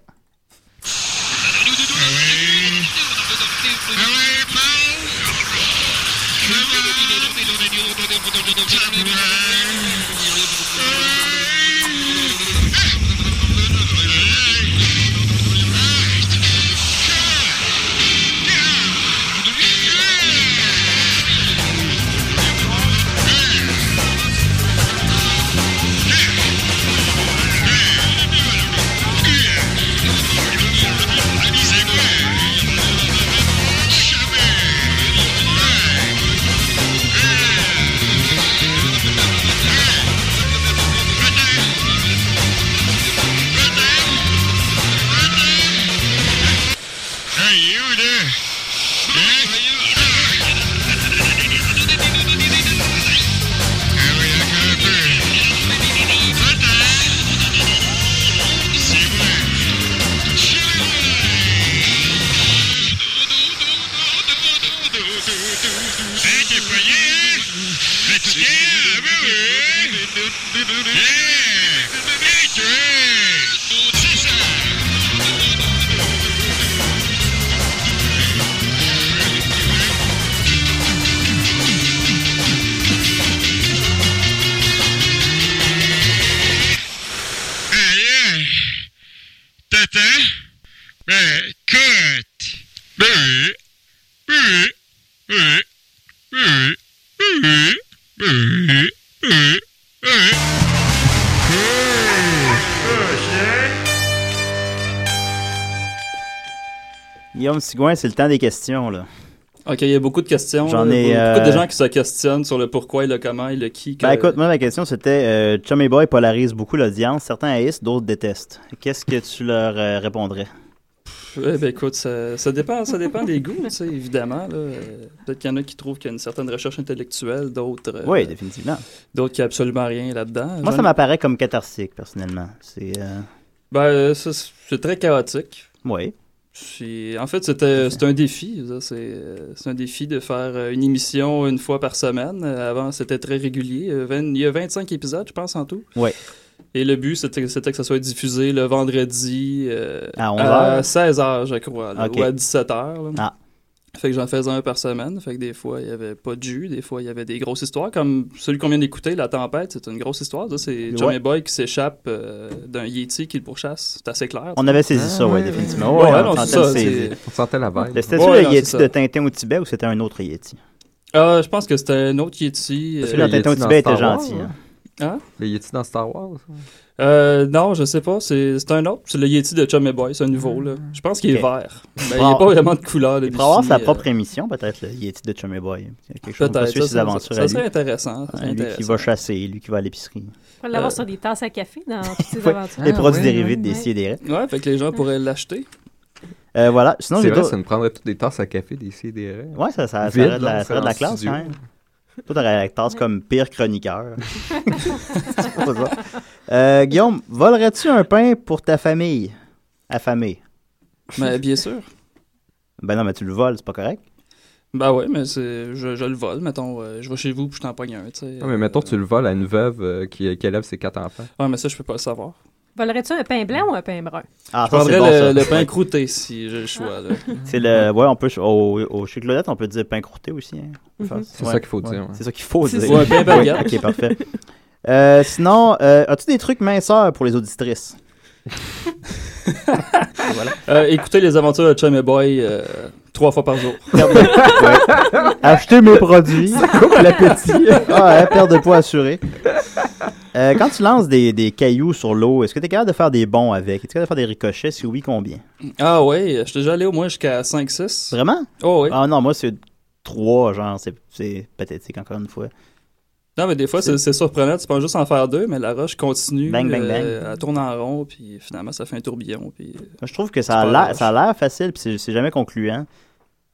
Speaker 4: Guillaume Sigouin, c'est le temps des questions, là.
Speaker 7: Ok, il y a beaucoup de questions.
Speaker 4: J'en
Speaker 7: là,
Speaker 4: ai,
Speaker 7: beaucoup-
Speaker 4: euh,
Speaker 7: Beaucoup de gens qui se questionnent sur le pourquoi et le comment et le qui. que-
Speaker 4: Ben, écoute, moi, ma question, c'était euh, Chum et Boy polarise beaucoup l'audience. Certains haïssent, d'autres détestent. Qu'est-ce que tu leur euh, répondrais?
Speaker 7: Ouais, ben, écoute, ça, ça dépend, ça dépend des goûts, tu sais, évidemment. là. Euh, Peut-être qu'il y en a qui trouvent qu'il y a une certaine recherche intellectuelle, d'autres euh,
Speaker 4: Oui, définitivement.
Speaker 7: d'autres qui n'ont absolument rien là-dedans.
Speaker 4: Moi,
Speaker 7: J'en-
Speaker 4: ça m'apparaît comme cathartique, personnellement. C'est. euh,
Speaker 7: Ben, euh, ça, c'est c'est très chaotique.
Speaker 4: Oui.
Speaker 7: C'est- En fait, c'était c'est un défi. ça, C'est euh, c'est un défi de faire euh, une émission une fois par semaine. Euh, Avant, c'était très régulier. Euh, vingt- Il y a 25 épisodes, je pense, en tout.
Speaker 4: Ouais.
Speaker 7: Et le but, c'était c'était que ça soit diffusé le vendredi euh,
Speaker 4: À 11 heures?
Speaker 7: 16 h je crois, là,
Speaker 4: Ok.
Speaker 7: ou à 17 h. là.
Speaker 4: Ah.
Speaker 7: Fait que j'en faisais un par semaine. Fait que des fois, il n'y avait pas de jus. Des fois, il y avait des grosses histoires. Comme celui qu'on vient d'écouter, La Tempête, c'est une grosse histoire. ça. C'est Johnny
Speaker 4: Ouais.
Speaker 7: Boy qui s'échappe euh, d'un Yeti qui le pourchasse. C'est assez clair.
Speaker 4: On avait saisi ça, oui, définitivement.
Speaker 7: Ouais,
Speaker 4: Ouais, on
Speaker 7: non,
Speaker 4: tentait
Speaker 7: c'est ça,
Speaker 4: de saisir.
Speaker 7: c'est-
Speaker 8: On sentait la vibe.
Speaker 4: Le statut
Speaker 7: Ouais,
Speaker 4: de
Speaker 7: non,
Speaker 4: Yeti
Speaker 7: c'est
Speaker 4: de
Speaker 7: ça.
Speaker 4: Tintin au Tibet ou c'était un autre Yeti?
Speaker 7: Euh, je pense que c'était un autre Yeti.
Speaker 4: Parce que
Speaker 7: euh,
Speaker 4: là,
Speaker 8: le
Speaker 4: Tintin au
Speaker 8: Yeti dans
Speaker 4: Tibet était
Speaker 8: Star Wars,
Speaker 4: gentil. hein.
Speaker 8: Le Yeti dans Star Wars?
Speaker 7: euh, non, je sais pas. C'est c'est un autre. C'est le Yeti de Chum et Boy. C'est un nouveau. Là. Je pense qu'il
Speaker 4: Ok.
Speaker 7: est vert. Mais il n'y
Speaker 4: Ah.
Speaker 7: a pas vraiment de couleur.
Speaker 4: Il pourrait avoir sa propre émission, peut-être, le Yeti de Chummy Boy. Il y a Quelque chose
Speaker 7: euh, Peut-être.
Speaker 4: pour
Speaker 7: Ça,
Speaker 4: suivre ses
Speaker 7: ça-
Speaker 4: aventures à
Speaker 7: ça
Speaker 4: lui.
Speaker 7: serait intéressant. ça serait
Speaker 4: Hein, Lui qui
Speaker 7: intéressant.
Speaker 4: va chasser, lui qui va à l'épicerie.
Speaker 6: On va l'avoir
Speaker 7: Euh,
Speaker 6: sur des tasses à café dans Petites
Speaker 4: Ouais.
Speaker 6: Aventures.
Speaker 4: Les produits
Speaker 8: Ah, ouais,
Speaker 4: dérivés
Speaker 6: ouais,
Speaker 4: de
Speaker 6: ouais.
Speaker 4: des des
Speaker 7: Ouais, fait que les gens pourraient l'acheter.
Speaker 4: Euh Voilà. Sinon,
Speaker 8: c'est
Speaker 4: j'ai
Speaker 8: vrai,
Speaker 4: d'autres.
Speaker 8: ça me prendrait toutes des tasses à café, des CDR.
Speaker 4: Ouais, ça, ça, ça
Speaker 8: Vide,
Speaker 4: aurait de la,
Speaker 8: là,
Speaker 4: ça aurait de la
Speaker 8: c'est en
Speaker 4: classe
Speaker 8: studio.
Speaker 4: quand même. Toi, t'aurais la classe comme pire chroniqueur. C'est pas ça. Euh, Guillaume, volerais-tu un pain pour ta famille affamée?
Speaker 7: Mais bien sûr.
Speaker 4: Ben non, mais tu le voles, c'est pas correct.
Speaker 7: Ben ouais, mais c'est- je, je le vole. Mettons, euh, je vais chez vous puis je t'en pogne un. Ah, tu sais.
Speaker 8: Non, mais mettons, tu le voles à une veuve euh, qui, qui élève ses quatre enfants.
Speaker 7: Ouais, mais ça, je peux pas le savoir.
Speaker 6: Volerais-tu un pain blanc ou un pain brun?
Speaker 4: Ah,
Speaker 7: je
Speaker 4: ça, c'est
Speaker 7: prendrais
Speaker 4: bon,
Speaker 7: le,
Speaker 4: ça.
Speaker 7: le pain croûté si j'ai le choix. là.
Speaker 4: C'est le. Ouais, on peut. Au, au chez Claudette, on peut dire pain croûté aussi. hein. On peut faire
Speaker 7: Mhm.
Speaker 8: C'est ça qu'il faut dire, ouais.
Speaker 4: C'est ça qu'il faut
Speaker 7: C'est
Speaker 4: dire.
Speaker 7: ça. Ouais, pain baguette.
Speaker 4: ok, parfait. Euh, sinon, euh, as-tu des trucs minceurs pour les auditrices Voilà.
Speaker 7: Euh, écoutez les aventures de Chum et Boy euh, trois fois par jour.
Speaker 4: Acheter mes produits.
Speaker 8: l'appétit.
Speaker 4: ah, ouais, perte de poids assurée. Euh, quand tu lances des, des cailloux sur l'eau, est-ce que tu es capable de faire des bonds avec Es-tu capable de faire des ricochets Si oui, combien
Speaker 7: Ah ouais, je suis déjà allé au moins jusqu'à 5-6.
Speaker 4: Vraiment
Speaker 7: Oh ouais.
Speaker 4: Ah non, moi, c'est trois, genre, c'est- c'est pathétique, encore une fois.
Speaker 7: Non, mais des fois, c'est c'est surprenant. Tu penses juste en faire deux, mais la roche continue.
Speaker 4: Bang, bang,
Speaker 7: euh,
Speaker 4: bang.
Speaker 7: elle tourne en rond, puis finalement, ça fait un tourbillon. Puis...
Speaker 4: Moi, Je trouve que ça a
Speaker 7: pas
Speaker 4: l'air-
Speaker 7: roche.
Speaker 4: ça a l'air facile, puis c'est- c'est jamais concluant.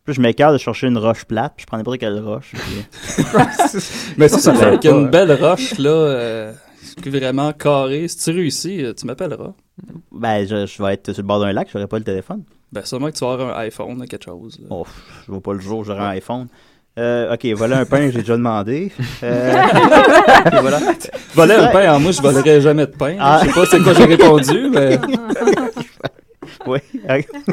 Speaker 4: Puis je m'écarte de chercher une roche plate, puis je prends n'importe quelle roche. puis-
Speaker 7: Mais si tu
Speaker 4: ça
Speaker 7: le fais
Speaker 4: fait
Speaker 7: avec
Speaker 4: pas,
Speaker 7: une
Speaker 4: hein.
Speaker 7: belle roche, là, euh, vraiment carrée, si tu réussis, euh, tu m'appelleras.
Speaker 4: ben, je, je vais être sur le bord d'un lac, j'aurai pas le téléphone.
Speaker 7: Ben, sûrement que tu vas avoir un iPhone ou quelque chose. là.
Speaker 4: Oh, je vois pas le jour, où j'aurai un iPhone. Euh, ok, voilà un pain, j'ai déjà demandé. Euh, puis voilà.
Speaker 7: Voler un pain en moi, je volerais jamais de pain.
Speaker 4: Ah.
Speaker 7: Je sais pas c'est quoi j'ai répondu, mais
Speaker 4: Oui.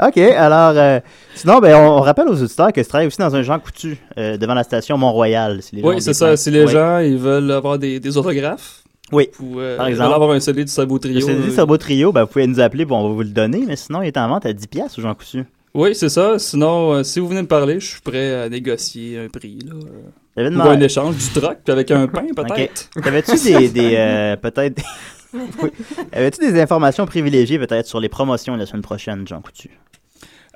Speaker 4: OK, alors, euh, sinon, ben, on, on rappelle aux auditeurs que je travaille aussi dans un Jean Coutu euh, devant la station Mont-Royal. si les gens ont
Speaker 7: oui, c'est
Speaker 4: des
Speaker 7: ça.
Speaker 4: plans.
Speaker 7: Si les
Speaker 4: Oui.
Speaker 7: gens ils veulent avoir des, des autographes,
Speaker 4: Oui.
Speaker 7: ou euh,
Speaker 4: Par
Speaker 7: ils
Speaker 4: exemple.
Speaker 7: veulent avoir un CD du Sabot
Speaker 4: Je
Speaker 7: Trio.
Speaker 4: vous ai dit,
Speaker 7: euh,
Speaker 4: sur vos trio, ben, vous pouvez nous appeler, puis on va vous le donner, mais sinon, il est en vente à 10$ piastres au Jean Coutu.
Speaker 7: Oui, c'est ça. Sinon, euh, si vous venez me parler, je suis prêt à négocier un prix. Là. euh,
Speaker 4: J'avais
Speaker 7: Ou un échange du troc, puis avec un pain peut-être.
Speaker 4: T'avais-tu des, des euh, peut-être, Oui. avais-tu des informations privilégiées peut-être sur les promotions de la semaine prochaine, Jean Coutu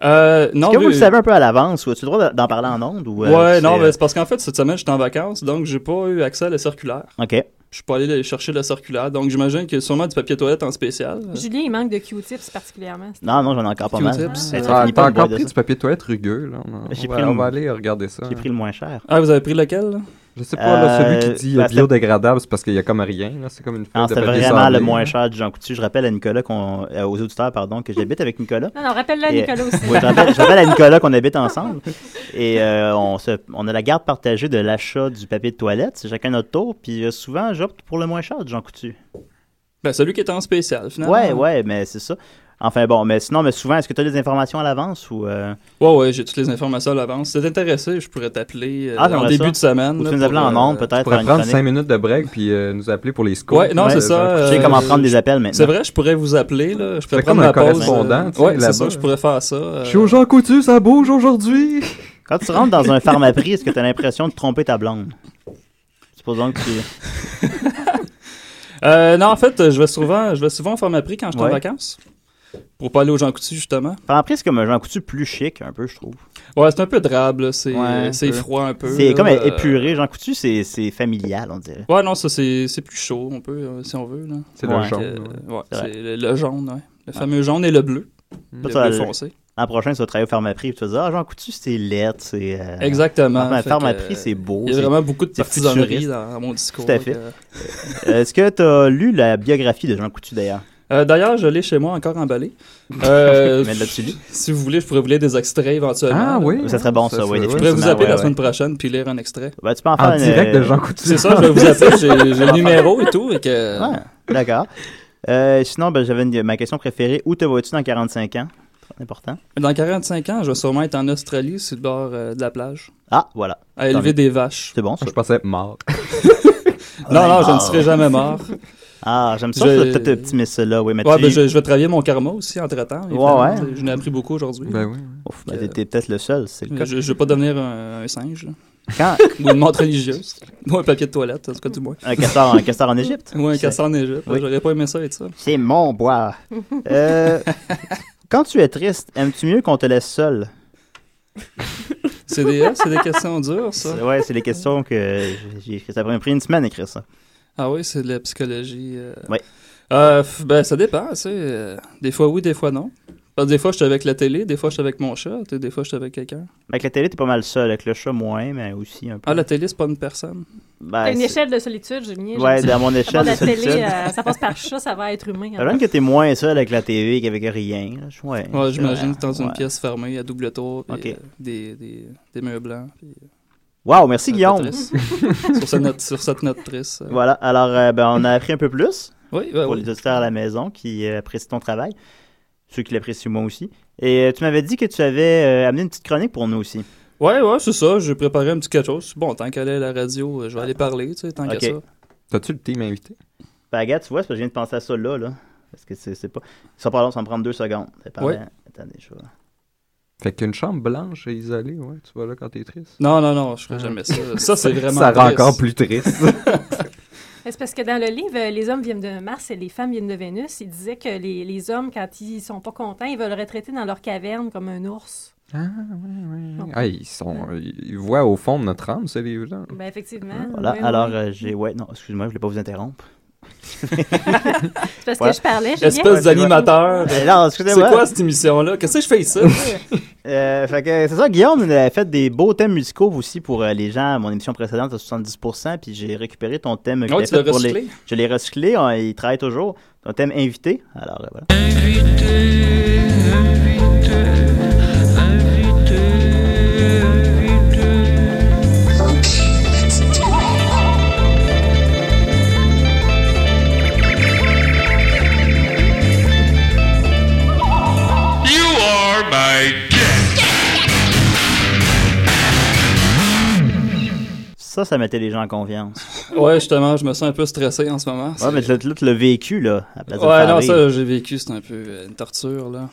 Speaker 7: Euh, non,
Speaker 4: Est-ce que vous
Speaker 7: mais-
Speaker 4: le savez un peu à l'avance ou as-tu le droit d'en parler en ondes ou euh,
Speaker 7: ouais,
Speaker 4: c'est-
Speaker 7: non, mais c'est parce qu'en fait, cette semaine, j'étais en vacances, donc j'ai pas eu accès à la circulaire.
Speaker 4: Ok.
Speaker 7: Je suis pas allé le- chercher la circulaire, donc j'imagine qu'il y a sûrement du papier toilette en spécial.
Speaker 6: Julien, il manque de Q-tips particulièrement.
Speaker 4: Non, non, j'en ai encore pas mal.
Speaker 7: Q-tips.
Speaker 4: Hey, tu
Speaker 8: Ah,
Speaker 4: finis pas
Speaker 8: T'as
Speaker 4: de boire
Speaker 8: encore
Speaker 4: de
Speaker 8: pris
Speaker 4: ça.
Speaker 8: du papier toilette rugueux, là. On,
Speaker 4: J'ai
Speaker 8: va-
Speaker 4: pris le-
Speaker 8: on va aller regarder ça.
Speaker 4: J'ai pris le moins cher.
Speaker 7: Ah, vous avez pris lequel? là?
Speaker 8: Je sais pas, là, celui
Speaker 4: Euh,
Speaker 8: qui dit
Speaker 4: ben,
Speaker 8: euh,
Speaker 4: c'est-
Speaker 8: biodégradable, c'est parce qu'il y a comme rien, là. C'est comme une feuille
Speaker 4: Non,
Speaker 8: de
Speaker 4: Ah, c'était
Speaker 8: papier
Speaker 4: vraiment
Speaker 8: sablé,
Speaker 4: le moins
Speaker 8: là.
Speaker 4: cher du Jean Coutu. Je rappelle à Nicolas qu'on, euh, aux auditeurs pardon, que j'habite avec Nicolas.
Speaker 6: Non, non, rappelle-le à
Speaker 4: Et-
Speaker 6: Nicolas aussi.
Speaker 4: Oui, je rappelle, je rappelle à Nicolas qu'on habite ensemble. Et euh, on, se- on a la garde partagée de l'achat du papier de toilette. C'est chacun notre tour. Puis euh, souvent, j'opte pour le moins cher du Jean Coutu.
Speaker 7: Ben, celui qui était en spécial, finalement.
Speaker 4: Ouais, ouais, mais c'est ça. Enfin bon, mais sinon, mais souvent, est-ce que tu as des informations à l'avance ou, euh,
Speaker 7: Ouais, ouais, j'ai toutes les informations à l'avance. Si t'es intéressé, je pourrais t'appeler euh,
Speaker 4: Ah,
Speaker 7: en
Speaker 4: j'aimerais
Speaker 7: début
Speaker 4: ça.
Speaker 7: de semaine.
Speaker 4: ou
Speaker 7: là,
Speaker 4: tu nous
Speaker 7: pour,
Speaker 4: appelles en
Speaker 7: euh,
Speaker 4: nombre peut-être
Speaker 8: On
Speaker 4: faire
Speaker 8: pourrait
Speaker 4: une
Speaker 8: prendre
Speaker 4: chronique?
Speaker 8: 5 minutes de break puis euh, nous appeler pour les scores.
Speaker 7: Ouais, non, c'est ça.
Speaker 4: Je sais
Speaker 7: euh,
Speaker 4: comment prendre des appels
Speaker 7: C'est
Speaker 4: maintenant.
Speaker 7: vrai, je pourrais vous appeler. Là. Je pourrais
Speaker 8: C'est comme
Speaker 7: prendre
Speaker 8: un
Speaker 7: ma pause.
Speaker 8: correspondant,
Speaker 7: euh,
Speaker 8: tu sais,
Speaker 7: ouais, c'est
Speaker 8: là-bas.
Speaker 7: ça, je pourrais faire ça. euh,
Speaker 8: Je suis au Jean Coutu, ça bouge aujourd'hui!
Speaker 4: Quand tu rentres dans un pharmaprix, est-ce que tu as l'impression de tromper ta blonde? Supposons que tu...
Speaker 7: euh, non, en fait, euh, je vais souvent, je vais souvent en pharmaprix quand je suis
Speaker 4: Ouais.
Speaker 7: en vacances. Pour pas aller au Jean Coutu, justement.
Speaker 4: Pharmaprix, c'est comme un Jean Coutu plus chic, un peu, je trouve.
Speaker 7: Ouais, c'est un peu drabe, là. C'est
Speaker 4: Ouais, un
Speaker 7: c'est
Speaker 4: peu.
Speaker 7: froid un peu.
Speaker 4: C'est
Speaker 7: là,
Speaker 4: comme
Speaker 7: euh,
Speaker 4: épuré. Jean Coutu, c'est c'est familial, on dirait.
Speaker 7: Ouais, non, ça, c'est c'est plus chaud, on peut, euh, si on veut. Là.
Speaker 8: C'est
Speaker 4: Ouais.
Speaker 8: le
Speaker 7: Donc,
Speaker 8: jaune.
Speaker 7: euh,
Speaker 8: ouais.
Speaker 7: ouais,
Speaker 4: C'est vrai.
Speaker 7: c'est le, le jaune, ouais. Le fameux jaune et le bleu. Le
Speaker 4: Ça,
Speaker 7: bleu
Speaker 4: le-
Speaker 7: foncé.
Speaker 4: L'an prochain, tu vas travailler au Pharmaprix et tu vas dire Ah, Jean Coutu, c'est lettre, c'est. euh,
Speaker 7: Exactement.
Speaker 4: enfin,
Speaker 7: Fait que,
Speaker 4: Pharmaprix,
Speaker 7: euh,
Speaker 4: c'est beau.
Speaker 7: Il y a
Speaker 4: c'est-
Speaker 7: vraiment beaucoup de
Speaker 4: c'est
Speaker 7: partisanerie
Speaker 4: futuriste.
Speaker 7: dans, dans mon discours.
Speaker 4: Tout à fait.
Speaker 7: euh.
Speaker 4: Euh, Est-ce que tu as lu la biographie de Jean Coutu d'ailleurs
Speaker 7: Euh, D'ailleurs, je l'ai chez moi encore emballé. Euh,
Speaker 4: Mais l'as-tu lu?
Speaker 7: Si vous voulez, je pourrais vous lire des extraits éventuellement.
Speaker 8: Ah
Speaker 7: là.
Speaker 8: oui!
Speaker 4: Ça serait bon, ça, oui,
Speaker 7: Je pourrais vous
Speaker 4: Effectivement,
Speaker 7: appeler
Speaker 4: ouais,
Speaker 7: la
Speaker 4: ouais.
Speaker 7: semaine prochaine puis lire un extrait.
Speaker 4: Ben, Tu peux en faire
Speaker 8: En
Speaker 4: une,
Speaker 8: direct
Speaker 4: euh,
Speaker 8: de Jean Coutu.
Speaker 7: C'est ça, je vais vous appeler, j'ai j'ai le numéro et tout. Et que...
Speaker 4: Ouais, d'accord. Euh, sinon, ben, j'avais une- ma question préférée Où te vois-tu dans 45 ans C'est important.
Speaker 7: Dans 45 ans, je vais sûrement être en Australie, sur le bord euh, de la plage,
Speaker 4: Ah, voilà.
Speaker 7: à élever
Speaker 4: Attendez.
Speaker 7: des vaches.
Speaker 4: C'est bon, ça.
Speaker 8: Je pensais être mort.
Speaker 7: Non, non, je ne
Speaker 4: Ah.
Speaker 7: serai jamais mort.
Speaker 4: Ah, j'aime ça,
Speaker 7: Je-
Speaker 4: ce petit optimiste-là. Oui, mais
Speaker 7: Ouais,
Speaker 4: tu-
Speaker 7: ben, je, je vais travailler mon karma aussi entre-temps. évidemment.
Speaker 4: ouais.
Speaker 7: Je n'ai appris beaucoup aujourd'hui. Euh,
Speaker 8: Ben oui.
Speaker 4: Ouf, ben, t'es- t'es peut-être le seul, c'est le cas.
Speaker 7: Je ne vais pas devenir un, un singe, là.
Speaker 4: Quand
Speaker 7: ou une montre religieuse, ou un papier de toilette, en tout cas du moins.
Speaker 4: un castor, un castor en Égypte
Speaker 7: Ou un
Speaker 4: C'est-
Speaker 7: casseur en Égypte,
Speaker 4: Oui.
Speaker 7: j'aurais pas aimé ça être ça.
Speaker 4: C'est mon bois. Euh, quand tu es triste, aimes-tu mieux qu'on te laisse seul?
Speaker 7: C'est des, euh, c'est des questions dures, ça.
Speaker 4: C'est- Ouais, c'est les questions que j'ai écrites. Ça m'a pris une semaine d'écrire ça.
Speaker 7: Ah oui, c'est de la psychologie. euh.
Speaker 4: Ouais.
Speaker 7: Euh, f- ben, ça dépend, tu sais. euh, Des fois oui, des fois non. Parce que des fois, je suis avec la télé, des fois, je suis avec mon chat, tu sais, des fois, je suis avec quelqu'un.
Speaker 4: Avec la télé, t'es pas mal seul. Avec le chat, moins, mais aussi un peu.
Speaker 7: Ah, la télé, c'est pas une personne.
Speaker 4: Ben,
Speaker 6: T'as une
Speaker 4: c'est-
Speaker 6: échelle de solitude, Julien.
Speaker 4: Ouais,
Speaker 6: j'aime
Speaker 4: dans mon
Speaker 6: ça. Avant
Speaker 4: échelle
Speaker 6: de
Speaker 4: de
Speaker 6: la télé,
Speaker 4: solitude.
Speaker 6: euh, ça passe par chat, ça va être humain.
Speaker 4: Ça donne que t'es moins seul avec la TV qu'avec rien. là. Ouais,
Speaker 7: Ouais,
Speaker 4: c'est
Speaker 7: j'imagine
Speaker 4: vrai.
Speaker 7: que dans une
Speaker 4: Ouais.
Speaker 7: pièce fermée à double tour, puis,
Speaker 4: Ok.
Speaker 7: euh, des, des, des murs blancs. puis, euh.
Speaker 4: Wow, merci Guillaume.
Speaker 7: triste. sur, cette note, sur cette note triste. euh,
Speaker 4: Voilà, alors euh, ben, on a appris un peu plus
Speaker 7: Oui, ben
Speaker 4: pour
Speaker 7: oui.
Speaker 4: les auditeurs à la maison qui euh, apprécient ton travail, ceux qui l'apprécient moi aussi. Et euh, tu m'avais dit que tu avais euh, amené une petite chronique pour nous aussi.
Speaker 7: Ouais, ouais, c'est ça. J'ai préparé un petit quelque chose. Bon, tant qu'elle est à la radio, euh, je vais aller parler, tu sais, tant
Speaker 4: Ah. Ok.
Speaker 7: qu'à ça.
Speaker 8: T'as-tu le team invité?
Speaker 4: Ben, regarde, tu vois, c'est parce que je viens de penser à ça là. là. Parce que c'est c'est pas. Ça parle, ça me prend deux secondes. C'est pas
Speaker 7: Ouais.
Speaker 4: vrai. Attendez, je vais-
Speaker 8: Fait qu'une chambre blanche et isolée, ouais, tu vas là quand t'es triste.
Speaker 7: Non, non, non, je
Speaker 4: Ah.
Speaker 7: ferai jamais ça. Ça, c'est vraiment
Speaker 8: Ça rend
Speaker 7: triste.
Speaker 8: encore plus triste.
Speaker 6: Mais C'est parce que dans le livre, euh, les hommes viennent de Mars et les femmes viennent de Vénus. Il disait que les, les hommes, quand ils sont pas contents, ils veulent retraiter dans leur caverne comme un ours.
Speaker 8: ah, ouais, ouais. Ah, ils, sont, ils voient au fond de notre âme, ce livre-là.
Speaker 6: Ben, effectivement.
Speaker 4: Voilà,
Speaker 6: Oui, oui.
Speaker 4: alors euh, j'ai. Ouais, non, excuse-moi, je voulais pas vous interrompre.
Speaker 6: C'est parce
Speaker 4: Ouais.
Speaker 6: que je parlais, j'ai bien...
Speaker 7: Espèce d'animateur.
Speaker 4: Eh non,
Speaker 7: C'est
Speaker 4: excusez-moi.
Speaker 7: quoi cette émission-là? Qu'est-ce que je fais ici? Ah
Speaker 4: Euh, fait que c'est ça, Guillaume il a fait des beaux thèmes musicaux aussi pour euh, les gens. Mon émission précédente à 70%, puis j'ai récupéré ton thème que
Speaker 7: Ah Ouais,
Speaker 4: t'as
Speaker 7: tu l'as
Speaker 4: fait pour les.
Speaker 7: recyclé?
Speaker 4: Je l'ai recyclé, on- il travaille toujours. Ton thème invité. Alors euh, voilà.
Speaker 5: You are my guest.
Speaker 4: Ça, ça mettait les gens en confiance.
Speaker 7: Ouais, justement, je me sens un peu stressé en ce moment.
Speaker 4: Ouais, mais tu l'as- tu l'as vécu, là, à la place de le
Speaker 7: Ouais,
Speaker 4: faire
Speaker 7: non,
Speaker 4: rire.
Speaker 7: ça, j'ai vécu, c'est un peu euh, une torture, là.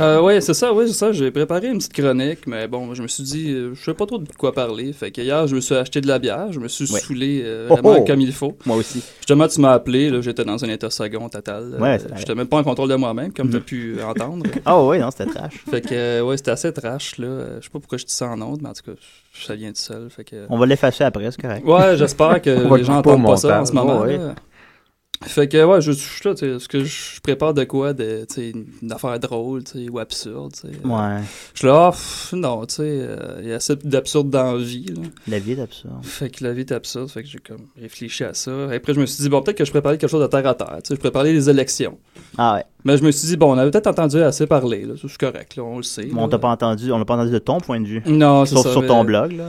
Speaker 7: Euh, ouais, c'est ça, ouais, c'est ça. J'ai préparé une petite chronique, mais bon, je me suis dit, euh, je sais pas trop de quoi parler. Fait que hier, je me suis acheté de la bière, je me suis
Speaker 4: Ouais.
Speaker 7: saoulé euh,
Speaker 4: Oh,
Speaker 7: vraiment
Speaker 4: oh!
Speaker 7: comme il faut.
Speaker 4: Moi aussi.
Speaker 7: Justement, tu m'as appelé, là, j'étais dans un intersagon total. euh,
Speaker 4: Ouais, c'est vrai. Mm-hmm.
Speaker 7: j'étais même pas en contrôle de moi-même, comme t'as pu euh, entendre.
Speaker 4: Ah oui, non, c'était trash.
Speaker 7: Fait que, euh, ouais, c'était assez trash, là. Euh, Je sais pas pourquoi je dis ça en ondes, mais en tout cas, ça vient tout seul. Fait que.
Speaker 4: On va l'effacer après, c'est correct.
Speaker 7: Ouais, j'espère que
Speaker 8: On va
Speaker 7: les gens
Speaker 8: le couper au
Speaker 7: n'entendent pas ça en
Speaker 8: montage.
Speaker 7: ce moment.
Speaker 4: Ouais,
Speaker 7: là. Fait que, ouais, je je suis là, tu sais, parce que je prépare de quoi, de, tu sais, une affaire drôle, tu sais, ou absurde, tu sais.
Speaker 4: Ouais,
Speaker 7: Je suis là, ah, pff, non, tu sais, euh, il y a assez d'absurde dans la vie, là.
Speaker 4: la vie est absurde.
Speaker 7: Fait que la vie est absurde, fait que j'ai comme réfléchi à ça. Après, je me suis dit, bon, peut-être que je préparais quelque chose de terre à terre, tu sais, je préparais les élections.
Speaker 4: Ah ouais,
Speaker 7: Mais je me suis dit, bon, on avait peut-être entendu assez parler, là, ça, c'est correct, là, on le sait.
Speaker 4: on
Speaker 7: là.
Speaker 4: t'a pas entendu, on l'a pas entendu de ton point de vue.
Speaker 7: Non, c'est
Speaker 4: Sauf
Speaker 7: ça,
Speaker 4: sur
Speaker 7: mais-
Speaker 4: ton blog, là.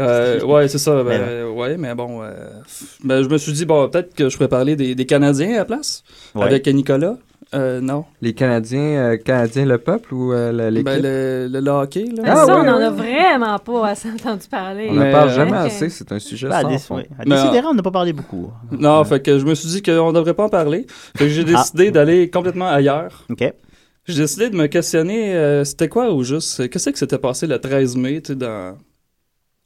Speaker 7: Euh, ouais, c'est ça.
Speaker 4: Mais
Speaker 7: Ben, ouais, mais bon, euh, f- ben, je me suis dit, bon, peut-être que je pourrais parler des, des Canadiens à la place,
Speaker 4: Ouais.
Speaker 7: avec Nicolas. Euh, non.
Speaker 8: Les Canadiens, euh, Canadiens le peuple ou euh, la- l'équipe?
Speaker 7: Ben, le, le, le hockey, là.
Speaker 6: Ah,
Speaker 8: Ah,
Speaker 6: ça,
Speaker 8: ouais,
Speaker 6: on en a
Speaker 8: ouais.
Speaker 6: vraiment pas assez entendu parler.
Speaker 8: On n'en
Speaker 7: Mais,
Speaker 8: parle
Speaker 7: euh,
Speaker 8: jamais
Speaker 6: ok.
Speaker 8: assez, c'est un sujet
Speaker 4: Bah,
Speaker 8: sans
Speaker 4: des-
Speaker 8: fond.
Speaker 4: ouais. À
Speaker 7: Mais, euh,
Speaker 4: Décidéra, on n'a pas parlé beaucoup.
Speaker 7: Non, fait que je me suis dit qu'on devrait pas en parler. Fait que j'ai
Speaker 8: Ah.
Speaker 7: décidé d'aller complètement ailleurs.
Speaker 4: OK.
Speaker 7: J'ai décidé de me questionner, euh, c'était quoi au juste, euh, qu'est-ce que c'était passé le 13 mai, tu sais, dans,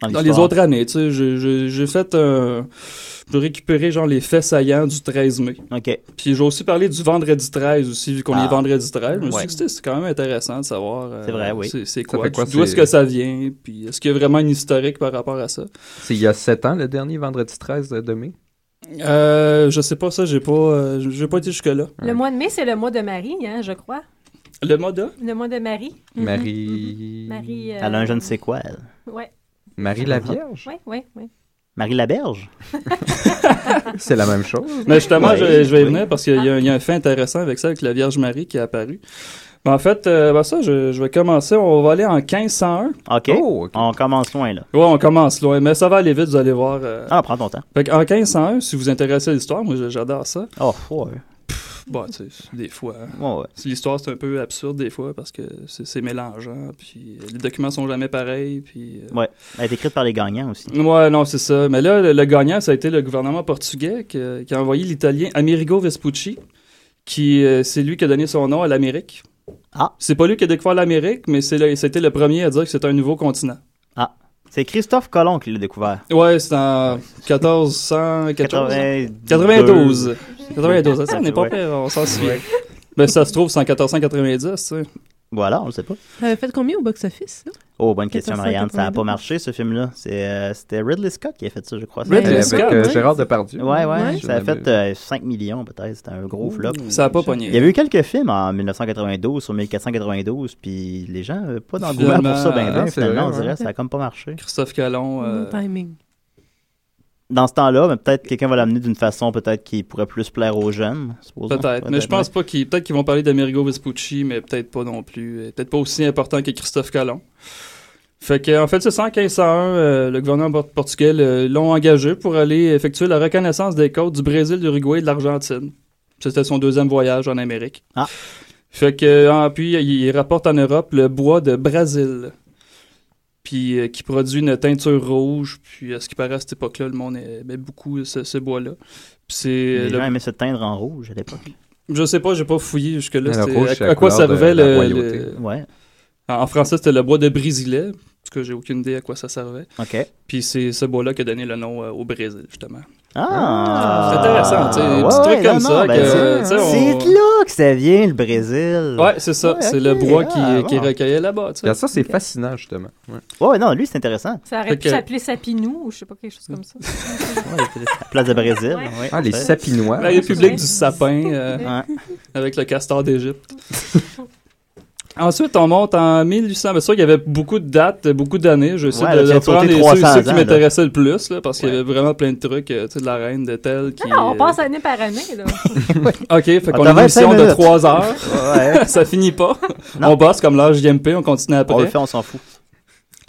Speaker 7: dans les
Speaker 4: l'histoire.
Speaker 7: autres années, tu sais, j'ai- j'ai j'ai fait un... J'ai récupéré, genre, les faits saillants du 13 mai.
Speaker 4: OK.
Speaker 7: Puis j'ai aussi parlé du vendredi 13 aussi, vu qu'on
Speaker 4: Ah.
Speaker 7: est vendredi 13. Je me suis
Speaker 4: Ouais.
Speaker 7: dit que c'était- c'est quand même intéressant de savoir euh,
Speaker 4: C'est vrai, oui.
Speaker 7: c'est- c'est quoi,
Speaker 8: fait quoi,
Speaker 7: d'où est-ce
Speaker 8: c'est-
Speaker 7: que ça vient, puis est-ce qu'il y a vraiment une historique par rapport à ça.
Speaker 8: C'est il y a 7 ans, le dernier vendredi 13 de mai.
Speaker 7: Euh, je sais pas ça, j'ai pas euh, j'ai pas été jusque-là.
Speaker 6: Le mois de mai, c'est le mois de Marie, hein, je crois.
Speaker 7: Le moda?
Speaker 6: Le mois de Marie. Mhm.
Speaker 11: Mhm.
Speaker 8: Marie...
Speaker 11: Ben,
Speaker 6: Marie. euh,
Speaker 4: Mmh. Elle a un je ne sais quoi, elle.
Speaker 6: Ouais,
Speaker 8: Marie la Vierge?
Speaker 6: ouais, ouais, ouais.
Speaker 4: Marie Laberge?
Speaker 8: C'est la même chose.
Speaker 7: Mais justement,
Speaker 4: Ouais,
Speaker 7: je, je vais y
Speaker 4: oui.
Speaker 7: venir parce qu'il y, a un- il y a un fait intéressant avec ça, avec la Vierge Marie qui est apparue. Mais en fait, euh, ben ça, je, je vais commencer. On va aller en 1501.
Speaker 4: OK.
Speaker 8: Oh, ok.
Speaker 4: On commence loin, là.
Speaker 7: Ouais, on commence loin, mais ça va aller vite, vous allez voir. euh.
Speaker 4: Ah, prends ton temps.
Speaker 7: Fait en 1501, si vous vous intéressez à l'histoire, moi j'adore ça.
Speaker 4: Oh, ouais.
Speaker 7: Bon, Bah, tu sais, des fois. hein.
Speaker 4: Ouais, ouais.
Speaker 7: C'est- L'histoire, c'est un peu absurde des fois parce que c'est c'est mélangeant, puis euh, les documents sont jamais pareils, puis... euh,
Speaker 4: Ouais. Elle est écrite par les gagnants aussi.
Speaker 7: Ouais, non, c'est ça. Mais là, le, le gagnant, ça a été le gouvernement portugais que- qui a envoyé l'Italien Amerigo Vespucci, qui euh, c'est lui qui a donné son nom à l'Amérique.
Speaker 4: Ah.
Speaker 7: C'est pas lui qui a découvert l'Amérique, mais c'est le- c'était le premier à dire que c'était un nouveau continent.
Speaker 4: C'est Christophe Colomb qui l'a découvert.
Speaker 7: Ouais, c'est en 1492.
Speaker 4: 92.
Speaker 7: 92. 92, hein, ça, on n'est pas
Speaker 4: Ouais.
Speaker 7: pire, on s'en souvient. Ben, ça se trouve, c'est en 1490, tu sais.
Speaker 4: Voilà, on le sait pas.
Speaker 11: T'avais fait combien au box-office, là?
Speaker 4: Oh, bonne question, Marianne. Ça n'a
Speaker 11: 1492.
Speaker 4: pas marché, ce film-là. C'est, euh, C'était Ridley Scott qui a fait ça, je crois.
Speaker 7: Ridley
Speaker 8: Euh,
Speaker 7: le
Speaker 8: avec
Speaker 7: Scott,
Speaker 8: euh,
Speaker 7: oui.
Speaker 8: Gérard Depardieu.
Speaker 4: Ah, Ouais, ouais.
Speaker 8: Je
Speaker 4: Ça a
Speaker 8: l'avais-
Speaker 4: fait euh, 5 millions, peut-être. C'était un gros flop.
Speaker 7: Ça a pas
Speaker 4: Il
Speaker 7: pogné.
Speaker 4: y avait eu quelques films en 1992 sur 1492, puis les gens euh, pas d'engouement pour ça, ben,
Speaker 8: Finalement,
Speaker 4: ben
Speaker 8: c'est
Speaker 4: finalement, on
Speaker 8: vrai,
Speaker 4: dirait
Speaker 8: ouais.
Speaker 4: ça a comme pas marché.
Speaker 7: Christophe Calon. euh,
Speaker 11: Bon timing.
Speaker 4: Dans ce temps-là, ben, peut-être quelqu'un va l'amener d'une façon peut-être qui pourrait plus plaire aux jeunes, supposons.
Speaker 7: Peut-être, mais je pense pas qu'ils peut-être qu'ils vont parler d'Amerigo Vespucci, mais peut-être pas non plus. Euh, Peut-être pas aussi important que Christophe Colomb. Fait que, en fait, ce 115 euh, le gouvernement port- portugais euh, l'ont engagé pour aller effectuer la reconnaissance des côtes du Brésil, de l'Uruguay et de l'Argentine. C'était son deuxième voyage en Amérique. Fait que, euh, puis, il il rapporte en Europe le bois de Brésil, puis euh, qui produit une teinture rouge. Puis, à ce qui paraît, à cette époque-là, le monde aimait beaucoup ce, ce bois-là. Puis, c'est.
Speaker 4: Les
Speaker 7: euh, le-
Speaker 4: gens aimaient se teindre en rouge à l'époque.
Speaker 7: je sais pas, j'ai pas fouillé jusque-là.
Speaker 4: Le
Speaker 7: c'était-
Speaker 4: rouge, c'est
Speaker 7: à,
Speaker 4: la
Speaker 7: à quoi
Speaker 4: couleur de
Speaker 7: servait
Speaker 4: la
Speaker 7: le.
Speaker 4: royauté.
Speaker 7: le-
Speaker 4: Ouais.
Speaker 7: En, en français, c'était le bois de Brésilet. Parce que j'ai aucune idée à quoi ça servait.
Speaker 4: OK.
Speaker 7: Puis c'est ce bois-là qui a donné le nom euh, au Brésil, justement.
Speaker 4: Ah!
Speaker 7: C'est intéressant, tu sais, des
Speaker 4: Ouais,
Speaker 7: petits trucs
Speaker 4: ouais,
Speaker 7: comme
Speaker 4: non,
Speaker 7: ça.
Speaker 4: non, ben,
Speaker 7: que,
Speaker 4: c'est-
Speaker 7: euh, tu sais,
Speaker 4: c'est
Speaker 7: on-
Speaker 4: de là que ça vient, le Brésil.
Speaker 7: Ouais, c'est ça. c'est le bois qui,
Speaker 4: Ah,
Speaker 7: qui est recueilli là-bas. tu sais.
Speaker 8: Ça, c'est fascinant, justement. Ouais.
Speaker 4: Ouais, non, lui, c'est intéressant.
Speaker 6: Ça aurait
Speaker 4: Fait
Speaker 6: pu
Speaker 4: que-
Speaker 6: s'appeler Sapinou ou je sais pas, quelque chose comme ça.
Speaker 4: La place de Brésil. ouais.
Speaker 8: Ah, les
Speaker 4: Ouais.
Speaker 8: sapinois.
Speaker 7: La République du sapin euh, avec le castor d'Égypte. Ensuite, on monte en 1800. Bien Ben, sûr, il y avait beaucoup de dates, beaucoup d'années. Je sais
Speaker 4: Ouais,
Speaker 7: de,
Speaker 4: là, tu
Speaker 7: de
Speaker 4: viens de
Speaker 7: prendre
Speaker 4: sauter
Speaker 7: les-
Speaker 4: 300
Speaker 7: ceux, ceux qui
Speaker 4: ans, là.
Speaker 7: m'intéressaient le plus, là, parce qu'il y avait vraiment plein de trucs, euh, tu sais, de la reine, de telle. Qui,
Speaker 6: Non, on
Speaker 7: euh,
Speaker 6: passe année par année, là.
Speaker 7: OK, fait
Speaker 4: Ah,
Speaker 7: qu'on
Speaker 4: t'as
Speaker 7: a une
Speaker 4: 25
Speaker 7: émission de
Speaker 4: minutes.
Speaker 7: 3 heures.
Speaker 4: Ouais.
Speaker 7: ça finit pas. On bosse comme l'âge JMP, on continue après.
Speaker 4: On le fait, on s'en fout.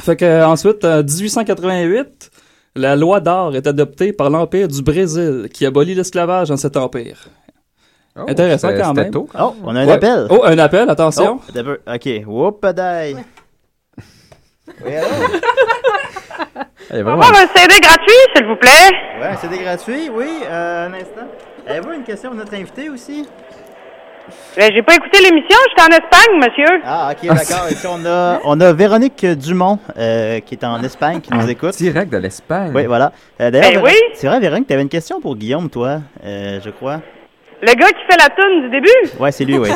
Speaker 7: Fait que euh, ensuite, en 1888, la loi d'or est adoptée par l'Empire du Brésil, qui abolit l'esclavage dans cet empire.
Speaker 8: Oh,
Speaker 7: Intéressant
Speaker 4: c'était-
Speaker 7: quand
Speaker 4: c'était
Speaker 7: même.
Speaker 4: tôt. Oh, on a un
Speaker 7: Ouais.
Speaker 4: appel.
Speaker 7: Oh, un appel, attention.
Speaker 4: Oh, d'abord, OK. Whoopadaï.
Speaker 12: Avoir un CD gratuit, s'il vous plaît.
Speaker 4: Ouais, un CD gratuit, oui, euh, un instant. Avez-vous une question pour notre invité aussi?
Speaker 12: Ben, j'ai pas écouté l'émission, j'étais en Espagne, monsieur.
Speaker 4: Ah, OK, d'accord. Ici, on a, on a Véronique Dumont euh, qui est en Espagne, qui nous écoute.
Speaker 8: Direct de l'Espagne.
Speaker 4: Oui, voilà.
Speaker 12: Ben
Speaker 4: Euh, D'ailleurs, Véro-
Speaker 12: oui.
Speaker 4: c'est vrai, Véronique, tu avais une question pour Guillaume, toi, euh, je crois.
Speaker 12: Le gars qui fait la toune du début.
Speaker 4: Ouais, c'est lui, oui.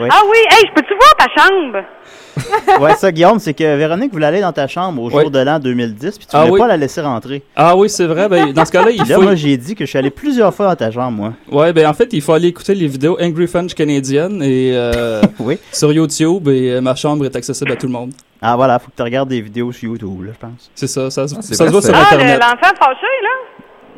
Speaker 4: Oui.
Speaker 12: Ah oui, hey, je peux-tu voir ta chambre?
Speaker 4: ouais, ça, Guillaume, c'est que Véronique voulait aller dans ta chambre au jour
Speaker 7: Ouais.
Speaker 4: de l'an 2010, puis tu
Speaker 7: Ah
Speaker 4: voulais
Speaker 7: oui.
Speaker 4: pas la laisser rentrer.
Speaker 7: Ah oui, c'est vrai. Ben, dans ce cas-là, il
Speaker 4: Puis là,
Speaker 7: faut.
Speaker 4: moi, j'ai dit que je suis allé plusieurs fois dans ta chambre, moi.
Speaker 7: Ouais, ben en fait, il faut aller écouter les vidéos Angry French canadiennes et euh, sur YouTube et euh, ma chambre est accessible à tout le monde.
Speaker 4: Ah, voilà, faut que tu regardes des vidéos sur YouTube, là, je pense.
Speaker 7: C'est ça, ça,
Speaker 4: c'est
Speaker 7: ça se voit
Speaker 4: parfait.
Speaker 7: sur
Speaker 12: Ah, le-
Speaker 7: Internet.
Speaker 12: l'enfant fâché, là?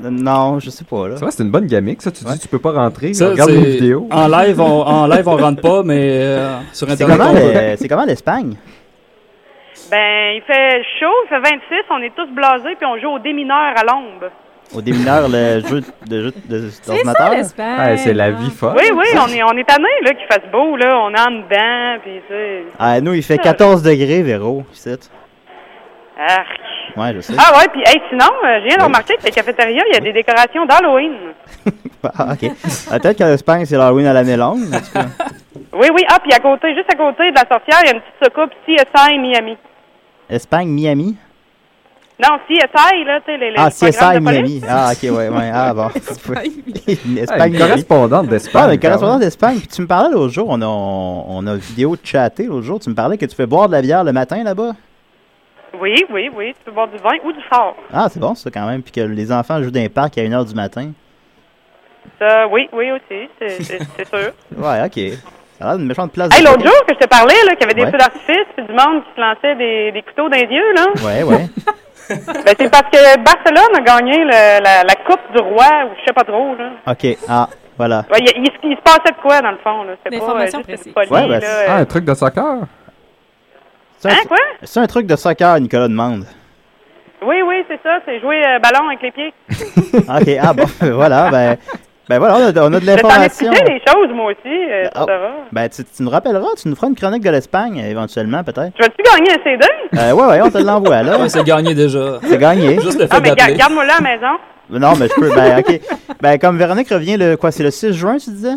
Speaker 4: Non, je sais pas, là.
Speaker 8: Ça va, c'est une bonne gamique, ça. Tu dis, tu peux pas rentrer,
Speaker 7: Ça,
Speaker 8: regarde les
Speaker 7: c'est-
Speaker 8: vidéos.
Speaker 7: En live, on, en live, on rentre pas, mais euh, sur
Speaker 4: C'est
Speaker 7: Internet,
Speaker 4: comment,
Speaker 7: on peut.
Speaker 4: le- c'est comment l'Espagne?
Speaker 12: Ben, il fait chaud, il fait 26, on est tous blasés, puis on joue au démineur à l'ombre.
Speaker 4: Au démineur, le jeu de jeu de-
Speaker 12: ça,
Speaker 4: d'ordinateur?
Speaker 12: l'Espagne. Ah, c'est
Speaker 4: la vie folle.
Speaker 12: Oui, oui, on est, on est tannés, là, qu'il fasse beau, là, on est en dedans, puis tu sais.
Speaker 4: Ah, nous, il fait 14 degrés, Véro, ici.
Speaker 12: Arc.
Speaker 4: Ouais, je sais.
Speaker 12: Ah ouais, puis hey, sinon, euh, je viens de remarquer que la cafétéria, il y a des décorations d'Halloween.
Speaker 4: Ah, OK. Ah, Peut-être qu'en Espagne, c'est l'Halloween à l'année longue. en tout cas.
Speaker 12: Oui, oui, ah, puis à côté, juste à côté de la sorcière, il y a une petite soucoupe CSI Miami.
Speaker 4: Espagne, Miami.
Speaker 12: Non, CSI, là, tu sais, les, les
Speaker 4: Ah,
Speaker 12: programmes
Speaker 4: CSI,
Speaker 12: de police.
Speaker 4: Miami. Ah, OK, ouais, ouais. Ah, bon. Une
Speaker 8: Ah, une
Speaker 4: Espagne, Miami.
Speaker 8: correspondante
Speaker 4: Ah,
Speaker 8: d'Espagne.
Speaker 4: mais correspondant
Speaker 8: quand même.
Speaker 4: d'Espagne. Puis tu me parlais l'autre jour, on a, on a vidéo chattée l'autre jour, tu me parlais que tu fais boire de la bière le matin là-bas.
Speaker 12: Oui, oui, oui, tu peux boire du vin ou du fort.
Speaker 4: Ah, c'est bon ça quand même. Puis que les enfants jouent dans les parcs à 1h du matin.
Speaker 12: Ça, oui, oui, aussi, c'est- c'est c'est sûr.
Speaker 4: Ouais, OK. Ça a l'air d'une méchante place.
Speaker 12: Hey,
Speaker 4: de-
Speaker 12: l'autre jour que je te parlais, là, qu'il y avait des
Speaker 4: Ouais.
Speaker 12: feux d'artifice puis du monde qui se lançait des, des couteaux dans les yeux, là.
Speaker 4: Ouais, ouais.
Speaker 12: Ben, c'est parce que Barcelone a gagné le- la, la Coupe du Roi, ou je sais pas trop, là.
Speaker 4: OK. Ah, voilà.
Speaker 12: Ouais, il, il se- il se passait de quoi, dans le fond, là? C'était pas euh,
Speaker 6: L'information
Speaker 12: juste une
Speaker 6: précise.
Speaker 12: folie,
Speaker 4: Ouais,
Speaker 12: là.
Speaker 4: ben, c'est-
Speaker 12: euh.
Speaker 8: Ah, un truc de soccer.
Speaker 4: C'est un,
Speaker 12: Hein, quoi?
Speaker 4: c'est un truc de soccer, Nicolas demande.
Speaker 12: Oui, oui, c'est ça, c'est jouer euh, ballon avec les pieds.
Speaker 4: OK, ah bon, voilà, ben, ben voilà, on a, on
Speaker 12: Je
Speaker 4: a de
Speaker 12: vais t'en
Speaker 4: l'information.
Speaker 12: expliquer des choses, moi aussi, euh, tu
Speaker 4: Ah,
Speaker 12: sauras.
Speaker 4: Ben, tu, tu nous rappelleras, tu nous feras une chronique de l'Espagne, éventuellement, peut-être.
Speaker 12: Tu vas-tu gagner un CD?
Speaker 4: Euh, ouais, ouais, on te l'envoie, là.
Speaker 7: Ouais, c'est gagné déjà.
Speaker 4: C'est gagné.
Speaker 7: Juste le fait
Speaker 12: Ah, mais ga-
Speaker 7: d'appeler.
Speaker 12: garde-moi là à la maison.
Speaker 4: Non, mais je peux, ben, OK. Ben, comme Véronique revient le, quoi, c'est le 6 juin, tu disais?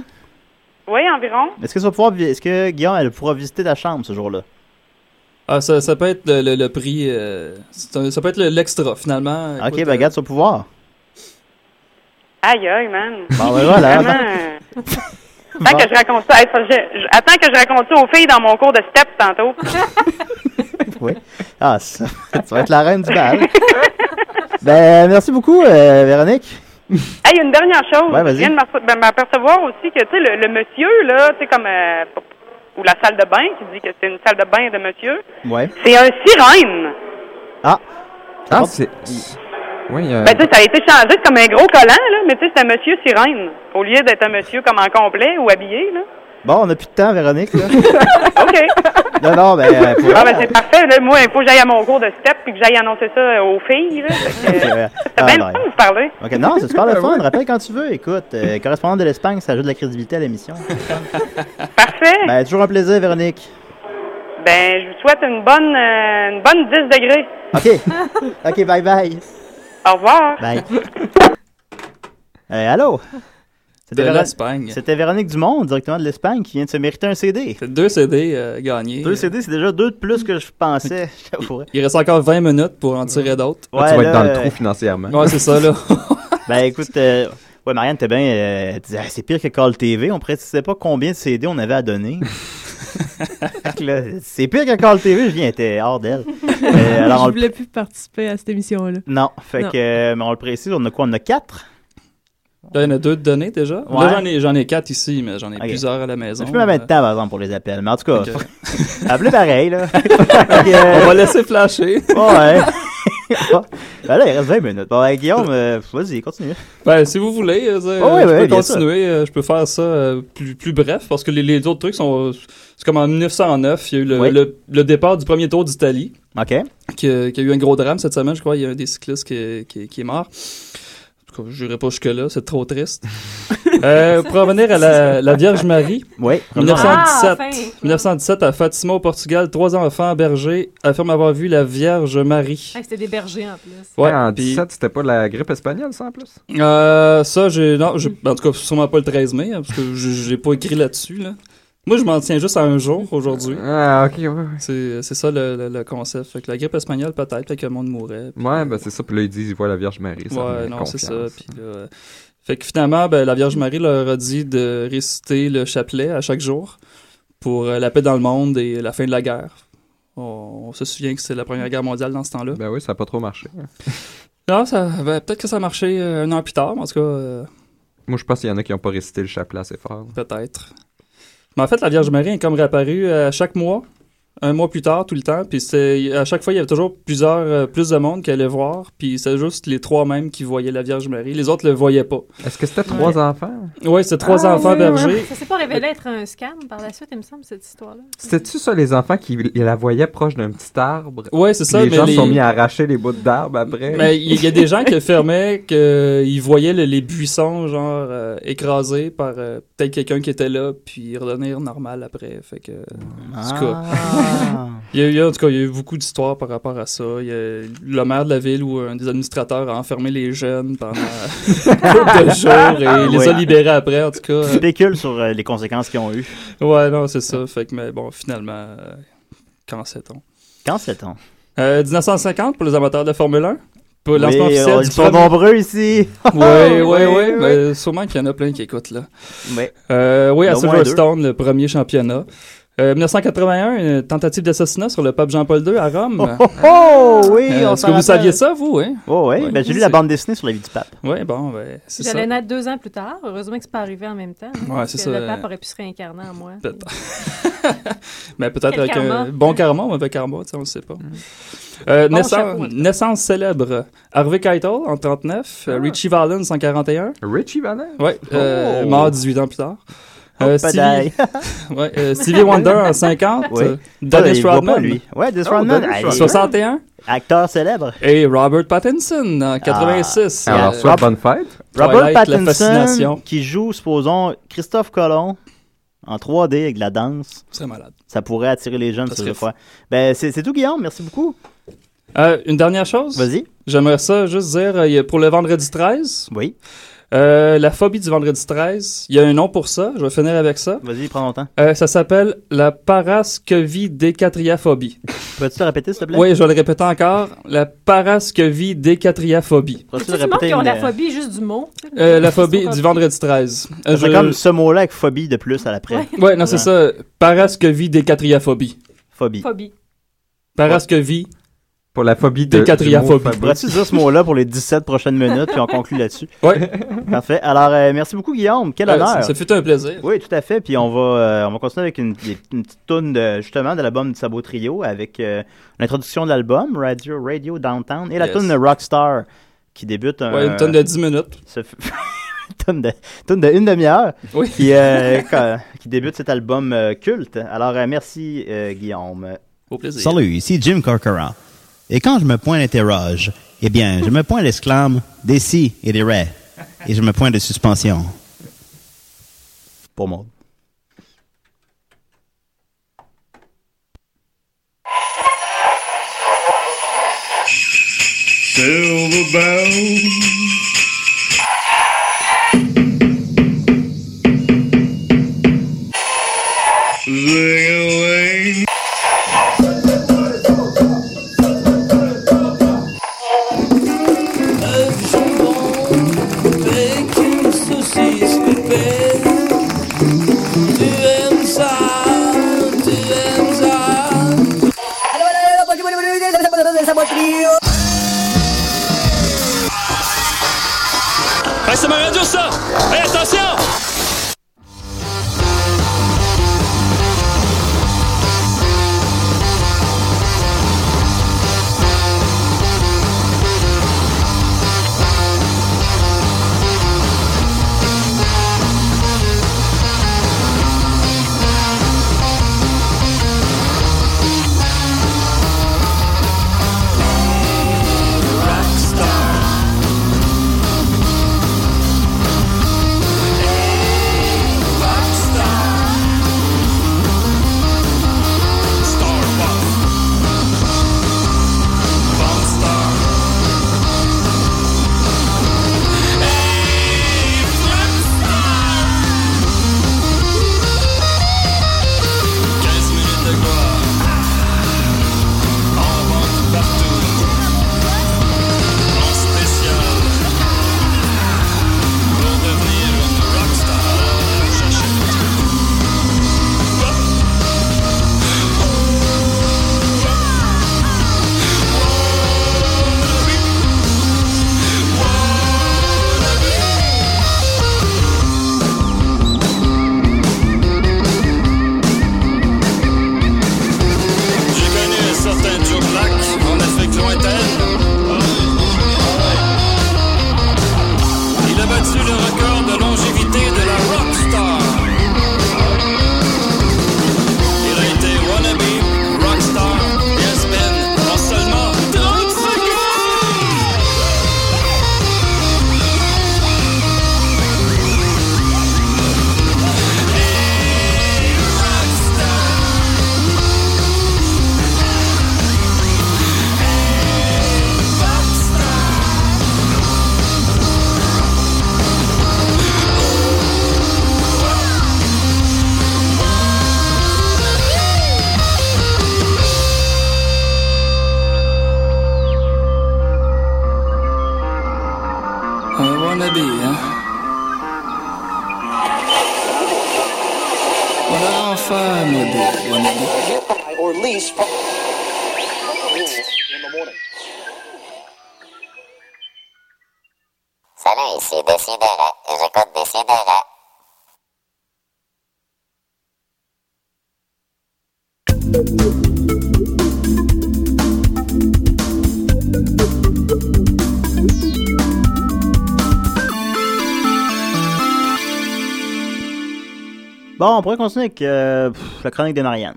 Speaker 12: Oui, environ.
Speaker 4: Est-ce que ça va pouvoir, vi- est-ce que Guillaume, elle pourra visiter ta chambre ce jour-là?
Speaker 7: Ah, ça, ça peut être le, le- le prix. euh, c'est un- ça peut être le- l'extra, finalement.
Speaker 4: OK,
Speaker 7: Écoute,
Speaker 4: ben, garde son pouvoir.
Speaker 12: Aïe, aïe, man.
Speaker 4: Bon, ben, voilà.
Speaker 12: Vraiment, euh, Attends que je raconte ça. Hey, ça, je- je- Attends que je raconte ça aux filles dans mon cours de step tantôt.
Speaker 4: Oui. Ah, ça, tu vas être la reine du bal. Ben, merci beaucoup, euh, Véronique.
Speaker 12: Hey, une dernière chose.
Speaker 4: Ouais, vas-y.
Speaker 12: je viens de m'aperce- ben, m'apercevoir aussi que, tu sais, le, le monsieur, là, tu sais, comme. euh, ou la salle de bain, qui dit que c'est une salle de bain de monsieur,
Speaker 4: Ouais.
Speaker 12: c'est un sirène.
Speaker 4: Ah.
Speaker 8: Ah, c'est. Oui, euh,
Speaker 12: Ben, tu sais, ça a été changé c'est comme un gros collant, là, mais tu sais, c'est un monsieur sirène, au lieu d'être un monsieur comme en complet ou habillé, là.
Speaker 4: Bon, on n'a plus de temps, Véronique. Là.
Speaker 12: OK.
Speaker 4: non, non, mais. euh, pour-
Speaker 12: Ah, ben, c'est parfait. Là, moi, il faut que j'aille à mon cours de step puis que j'aille annoncer ça euh, aux filles. Là. Fait que, euh,
Speaker 4: Ah,
Speaker 12: C'était
Speaker 8: Ben
Speaker 12: bien
Speaker 4: non.
Speaker 12: le fun de vous parler.
Speaker 4: OK, non, c'est super le
Speaker 12: Ah,
Speaker 4: fun.
Speaker 12: ouais.
Speaker 4: Rappelle quand tu veux. Écoute, euh, correspondant de l'Espagne, ça ajoute de la crédibilité à l'émission.
Speaker 12: Parfait.
Speaker 4: Ben, toujours un plaisir, Véronique.
Speaker 12: Ben, je vous souhaite une bonne, euh, une bonne 10 degrés.
Speaker 4: OK. OK, bye bye.
Speaker 12: Au revoir.
Speaker 4: Bye. Euh, allô? C'était
Speaker 7: euh, De
Speaker 4: Véro-
Speaker 7: l'Espagne.
Speaker 4: C'était Véronique Dumont, directement de l'Espagne, qui vient de se mériter un CD.
Speaker 7: C'est deux CD gagnés.
Speaker 4: Deux CD, c'est déjà deux de plus que je pensais. Je t'avouerais.
Speaker 7: Il reste encore 20 minutes pour en tirer d'autres.
Speaker 4: Ouais, Tu vas être là, dans le euh, trou
Speaker 8: financièrement.
Speaker 7: Ouais, c'est ça, là.
Speaker 4: ben écoute, euh, ouais, Marianne, t'es bien. euh, elle disait, Ah, c'est pire que Call TV. On précisait pas combien de CD on avait à donner. Fait que là, c'est pire que Call TV. Je viens, était hors d'elle. Euh, alors, on
Speaker 11: je
Speaker 4: le-
Speaker 11: voulais plus participer à cette émission-là.
Speaker 4: Non, fait
Speaker 11: Non.
Speaker 4: que, euh, mais on le précise, on a quoi On a quatre
Speaker 7: Là, il y en a deux de données déjà.
Speaker 4: Ouais.
Speaker 7: Là, j'en ai, j'en ai quatre ici, mais j'en ai
Speaker 4: Ok.
Speaker 7: plusieurs à la maison.
Speaker 4: Je peux même
Speaker 7: Euh,
Speaker 4: mettre de temps, par exemple, pour les appels. Mais en tout cas,
Speaker 7: Ok.
Speaker 4: appelez pareil, là. euh,
Speaker 7: On va laisser flasher.
Speaker 4: ouais. ben là, il reste 20 minutes. Bon, ben, Guillaume, euh, vas-y, continue.
Speaker 7: Ben, si vous voulez, euh,
Speaker 4: ouais,
Speaker 7: je
Speaker 4: ouais,
Speaker 7: peux
Speaker 4: bien
Speaker 7: continuer. euh, Je peux faire ça euh, plus, plus bref parce que les, les autres trucs sont. C'est comme en 1909, il y a eu le,
Speaker 4: Oui.
Speaker 7: le- le départ du premier tour d'Italie.
Speaker 4: OK.
Speaker 7: Qui, a- qui a eu un gros drame cette semaine, je crois. Il y a un des cyclistes qui, est- qui est- qui est mort. En tout cas, je n'irai pas jusque-là, c'est trop triste. Euh, pour revenir à la, la Vierge Marie,
Speaker 4: Oui.
Speaker 7: 1917,
Speaker 6: Ah, enfin.
Speaker 7: 1917 à Fatima au Portugal, trois enfants bergers affirment avoir vu la Vierge Marie.
Speaker 6: Ah, C'était des bergers en plus.
Speaker 7: Ouais,
Speaker 8: en
Speaker 7: puis-
Speaker 8: 17, c'était pas la grippe espagnole, ça, en plus?
Speaker 7: Euh, ça, j'ai. Non, j'ai-
Speaker 6: Hmm.
Speaker 7: en tout cas, sûrement pas le 13 mai, hein, parce que je je l'ai pas écrit là-dessus. Là. Moi, je m'en tiens juste à un jour aujourd'hui.
Speaker 8: Ah, ok, ouais, ouais.
Speaker 7: C'est c'est ça le, le- le concept. Fait que la grippe espagnole, peut-être, fait que le monde mourait.
Speaker 8: Ouais, ben c'est ça. Puis là, ils disent, ils voient la Vierge Marie. Ça
Speaker 7: ouais,
Speaker 8: me
Speaker 7: non, c'est
Speaker 8: confiance.
Speaker 7: ça. Puis là, euh, fait que finalement, ben, la Vierge Marie leur a dit de réciter le chapelet à chaque jour pour euh, la paix dans le monde et la fin de la guerre. On, on se souvient que c'était la Première Guerre mondiale dans ce temps-là.
Speaker 8: Ben oui, ça a pas trop marché.
Speaker 7: Non, ça, ben, peut-être que ça a marché euh, un an plus tard, mais en tout cas, euh,
Speaker 8: Moi, je pense qu'il y en a qui ont pas récité le chapelet assez fort.
Speaker 7: Peut-être. Mais en fait, la Vierge Marie est comme réapparue à chaque mois, un mois plus tard, tout le temps. Puis c'est- à chaque fois, il y avait toujours plusieurs, euh, plus de monde qui allait voir. Puis c'était juste les trois mêmes qui voyaient la Vierge Marie. Les autres le voyaient pas.
Speaker 8: Est-ce que c'était trois enfants?
Speaker 7: Oui, c'était trois
Speaker 8: Ah,
Speaker 7: enfants
Speaker 8: oui,
Speaker 7: bergers.
Speaker 6: Ça s'est pas révélé être un scam par la suite, il me semble, cette histoire-là.
Speaker 8: C'était-tu ça, les enfants qui ils la voyaient proche d'un petit arbre?
Speaker 7: Ouais, c'est
Speaker 8: Puis
Speaker 7: ça,
Speaker 8: Les
Speaker 7: mais
Speaker 8: gens se
Speaker 7: les-
Speaker 8: sont mis à arracher les bouts d'arbre après.
Speaker 7: Mais il y, a des gens qui affirmaient qu'ils voyaient le- les buissons, genre, euh, écrasés par euh, peut-être quelqu'un qui était là, puis redevenir normal après. Fait que. En tout cas. il y a eu, en tout cas, il y a eu beaucoup d'histoires par rapport à ça. Il y a le maire de la ville ou un des administrateurs a enfermé les jeunes pendant deux jours et les a
Speaker 4: Oui.
Speaker 7: libérés après, en tout cas.
Speaker 4: Tu spécules sur euh, les conséquences qu'ils ont eues.
Speaker 7: Ouais, non, c'est ça. Fait que, mais bon, finalement, euh, quand sait-on?
Speaker 4: Quand sait-on?
Speaker 7: Euh, 1950 pour les amateurs de Formule 1. Pour le lancement
Speaker 4: Oui,
Speaker 7: officiel
Speaker 4: on-
Speaker 7: du
Speaker 4: ils sont
Speaker 7: premier-
Speaker 4: nombreux ici.
Speaker 7: Oui, oui,
Speaker 4: Oui,
Speaker 7: oui.
Speaker 4: oui.
Speaker 7: mais Ben, Sûrement qu'il y en a plein qui écoutent, là.
Speaker 4: Ouais.
Speaker 7: Euh, oui, à
Speaker 4: Au moins deux.
Speaker 7: Silverstone, le premier championnat. Euh, 1981, une tentative d'assassinat sur le pape Jean-Paul II à Rome.
Speaker 4: Oh, oh, oui,
Speaker 7: Euh,
Speaker 4: on
Speaker 7: Est-ce
Speaker 4: s'en
Speaker 7: que vous
Speaker 4: rappelle.
Speaker 7: saviez ça, vous, hein?
Speaker 4: Oh, oui, ben, j'ai lu la bande dessinée sur la vie du pape.
Speaker 7: Oui, bon, ben, c'est ça.
Speaker 6: J'allais naître deux ans plus tard. Heureusement que c'est pas arrivé en même temps. hein,
Speaker 7: Ouais,
Speaker 6: parce
Speaker 7: c'est
Speaker 6: que
Speaker 7: ça,
Speaker 6: Le pape
Speaker 7: euh,
Speaker 6: aurait pu se réincarner en moi.
Speaker 7: Peut-être. Mais peut-être
Speaker 6: Quel
Speaker 7: avec
Speaker 6: karma.
Speaker 7: un bon karma ou un mauvais karma, tu sais, on ne sait pas.
Speaker 4: Mm.
Speaker 7: Euh,
Speaker 6: Bon
Speaker 7: naissance,
Speaker 6: chapeau, en tout
Speaker 7: naissance célèbre. Harvey Keitel en
Speaker 6: Ah.
Speaker 7: 39, euh, Richie Valens en 41.
Speaker 8: Richie Valens?
Speaker 7: Oui, euh,
Speaker 8: Oh.
Speaker 7: mort 18 ans plus tard.
Speaker 4: Oh,
Speaker 7: Euh, Stevie,
Speaker 4: padaille.
Speaker 7: ouais, euh, Stevie Wonder en 50.
Speaker 4: Oui.
Speaker 7: euh,
Speaker 4: Ah,
Speaker 7: Dennis
Speaker 4: il voit pas,
Speaker 7: Rodman.
Speaker 4: lui. Ouais, Dennis
Speaker 7: Oh,
Speaker 4: Rodman.
Speaker 7: Dennis
Speaker 4: allez.
Speaker 7: Rodman. 61.
Speaker 4: Acteur célèbre.
Speaker 7: Et Robert Pattinson
Speaker 4: Ah.
Speaker 7: en 86.
Speaker 8: Alors,
Speaker 7: Euh,
Speaker 8: soit bonne fête.
Speaker 4: Robert
Speaker 7: Twilight, la
Speaker 4: Pattinson,
Speaker 7: fascination.
Speaker 4: qui joue, supposons, Christophe Colomb en 3D avec de la danse.
Speaker 7: Ce serait malade.
Speaker 4: Ça pourrait attirer les jeunes,
Speaker 7: Ça
Speaker 4: ça, je
Speaker 7: serait
Speaker 4: crois. Ben, c'est c'est tout, Guillaume. Merci beaucoup.
Speaker 7: Euh, une dernière chose.
Speaker 4: Vas-y.
Speaker 7: J'aimerais ça juste dire, euh, il y a- pour le vendredi 13.
Speaker 4: Oui.
Speaker 7: euh, la phobie du vendredi 13, il y a un nom pour ça, je vais finir avec ça.
Speaker 4: Vas-y, prends ton temps.
Speaker 7: Euh, ça s'appelle la parascovidécatriaphobie.
Speaker 4: Peux-tu le répéter, s'il te plaît?
Speaker 7: Oui, je vais le répéter encore, la parascovidécatriaphobie.
Speaker 4: Peux-tu
Speaker 6: Tout le monde qui a la phobie juste du mot. tu sais,
Speaker 7: Euh,
Speaker 6: le-
Speaker 7: la phobie
Speaker 6: c'est
Speaker 7: du vendredi 13. Euh,
Speaker 4: C'est
Speaker 7: je-
Speaker 4: comme ce mot-là avec phobie de plus à l'après.
Speaker 7: Ouais, non, c'est ça, parascovidécatriaphobie.
Speaker 4: Phobie.
Speaker 6: Phobie.
Speaker 7: Parascovie
Speaker 8: Pour la phobie de.
Speaker 7: décatriaphobie.
Speaker 4: Pourrais-tu dire ce mot-là pour les 17 prochaines minutes, puis on conclut là-dessus?
Speaker 7: Ouais.
Speaker 4: Parfait. Alors, euh, merci beaucoup, Guillaume. Quel
Speaker 7: Euh, ça-
Speaker 4: honneur.
Speaker 7: Ça fut un plaisir.
Speaker 4: Oui, tout à fait. Puis on va, euh, on va continuer avec une, des- une petite toune de, justement de l'album du Sabot Trio avec euh, l'introduction de l'album Radio Radio Downtown et la
Speaker 7: Yes.
Speaker 4: toune de Rockstar qui débute un.
Speaker 7: Ouais, une tonne de 10 minutes.
Speaker 4: ce f- tonne de, toune de une demi-heure
Speaker 5: Oui.
Speaker 4: qui, euh, quand- qui débute cet album euh, culte. Alors, euh, merci, euh, Guillaume.
Speaker 5: Au plaisir.
Speaker 13: Salut, ici Jim Corcoran. Et quand je me pointe l'interroge, eh bien, je me pointe l'exclame des si et des raies. Et je me pointe de suspension.
Speaker 4: Pour moi.
Speaker 14: Silver bells. Zing-a-ling.
Speaker 12: Saucisse coupée, tu aimes ça, tu aimes ça.
Speaker 5: Hey, c'est ma radio, ça! Hey, attention! J'ai connu un certain Joe Black en Afrique lointaine. Il a battu le record de longévité de la Rockstar. Il a été wannabe Rockstar Yes Ben en seulement 30 secondes. Un wannabe, hein? Voilà enfin mode wannabe. Or lease from...
Speaker 15: Salut, ici Décideret, et j'écoute Décideret.
Speaker 4: Bon, on pourrait continuer avec euh, pff, la chronique de Marianne.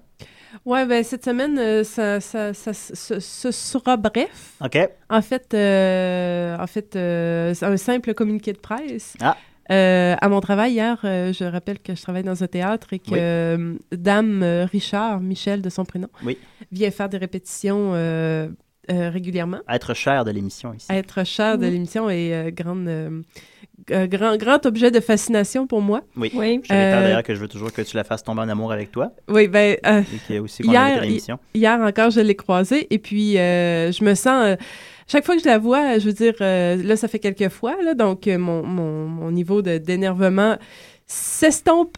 Speaker 11: Ouais, ben cette semaine, euh, ça, ça, ça, ce- ce sera bref.
Speaker 4: OK.
Speaker 11: En fait, euh, en fait, euh, c'est un simple communiqué de presse.
Speaker 4: Ah.
Speaker 11: Euh, à mon travail hier, euh, je rappelle que je travaille dans un théâtre et que
Speaker 4: Oui.
Speaker 11: euh, Dame euh, Richard, Michel de son prénom,
Speaker 4: Oui.
Speaker 11: vient faire des répétitions euh, euh, régulièrement.
Speaker 4: Être cher de l'émission ici.
Speaker 11: Être cher
Speaker 7: Mm.
Speaker 11: de
Speaker 4: Oui.
Speaker 11: l'émission et euh, grande, euh, euh, grand, grand objet de fascination pour moi.
Speaker 4: Oui. Je
Speaker 11: Euh,
Speaker 4: réitère d'ailleurs que je veux toujours que tu la fasses tomber en amour avec toi.
Speaker 11: Oui, ben. euh,
Speaker 4: Et qu'il y a aussi qu'on invite à
Speaker 11: hier,
Speaker 4: l'émission.
Speaker 11: hi- hier encore, je l'ai croisée et puis euh, je me sens. euh, chaque fois que je la vois, euh, je veux dire, euh, là, ça fait quelques fois, là, donc euh, mon, mon, mon niveau de- d'énervement s'estompe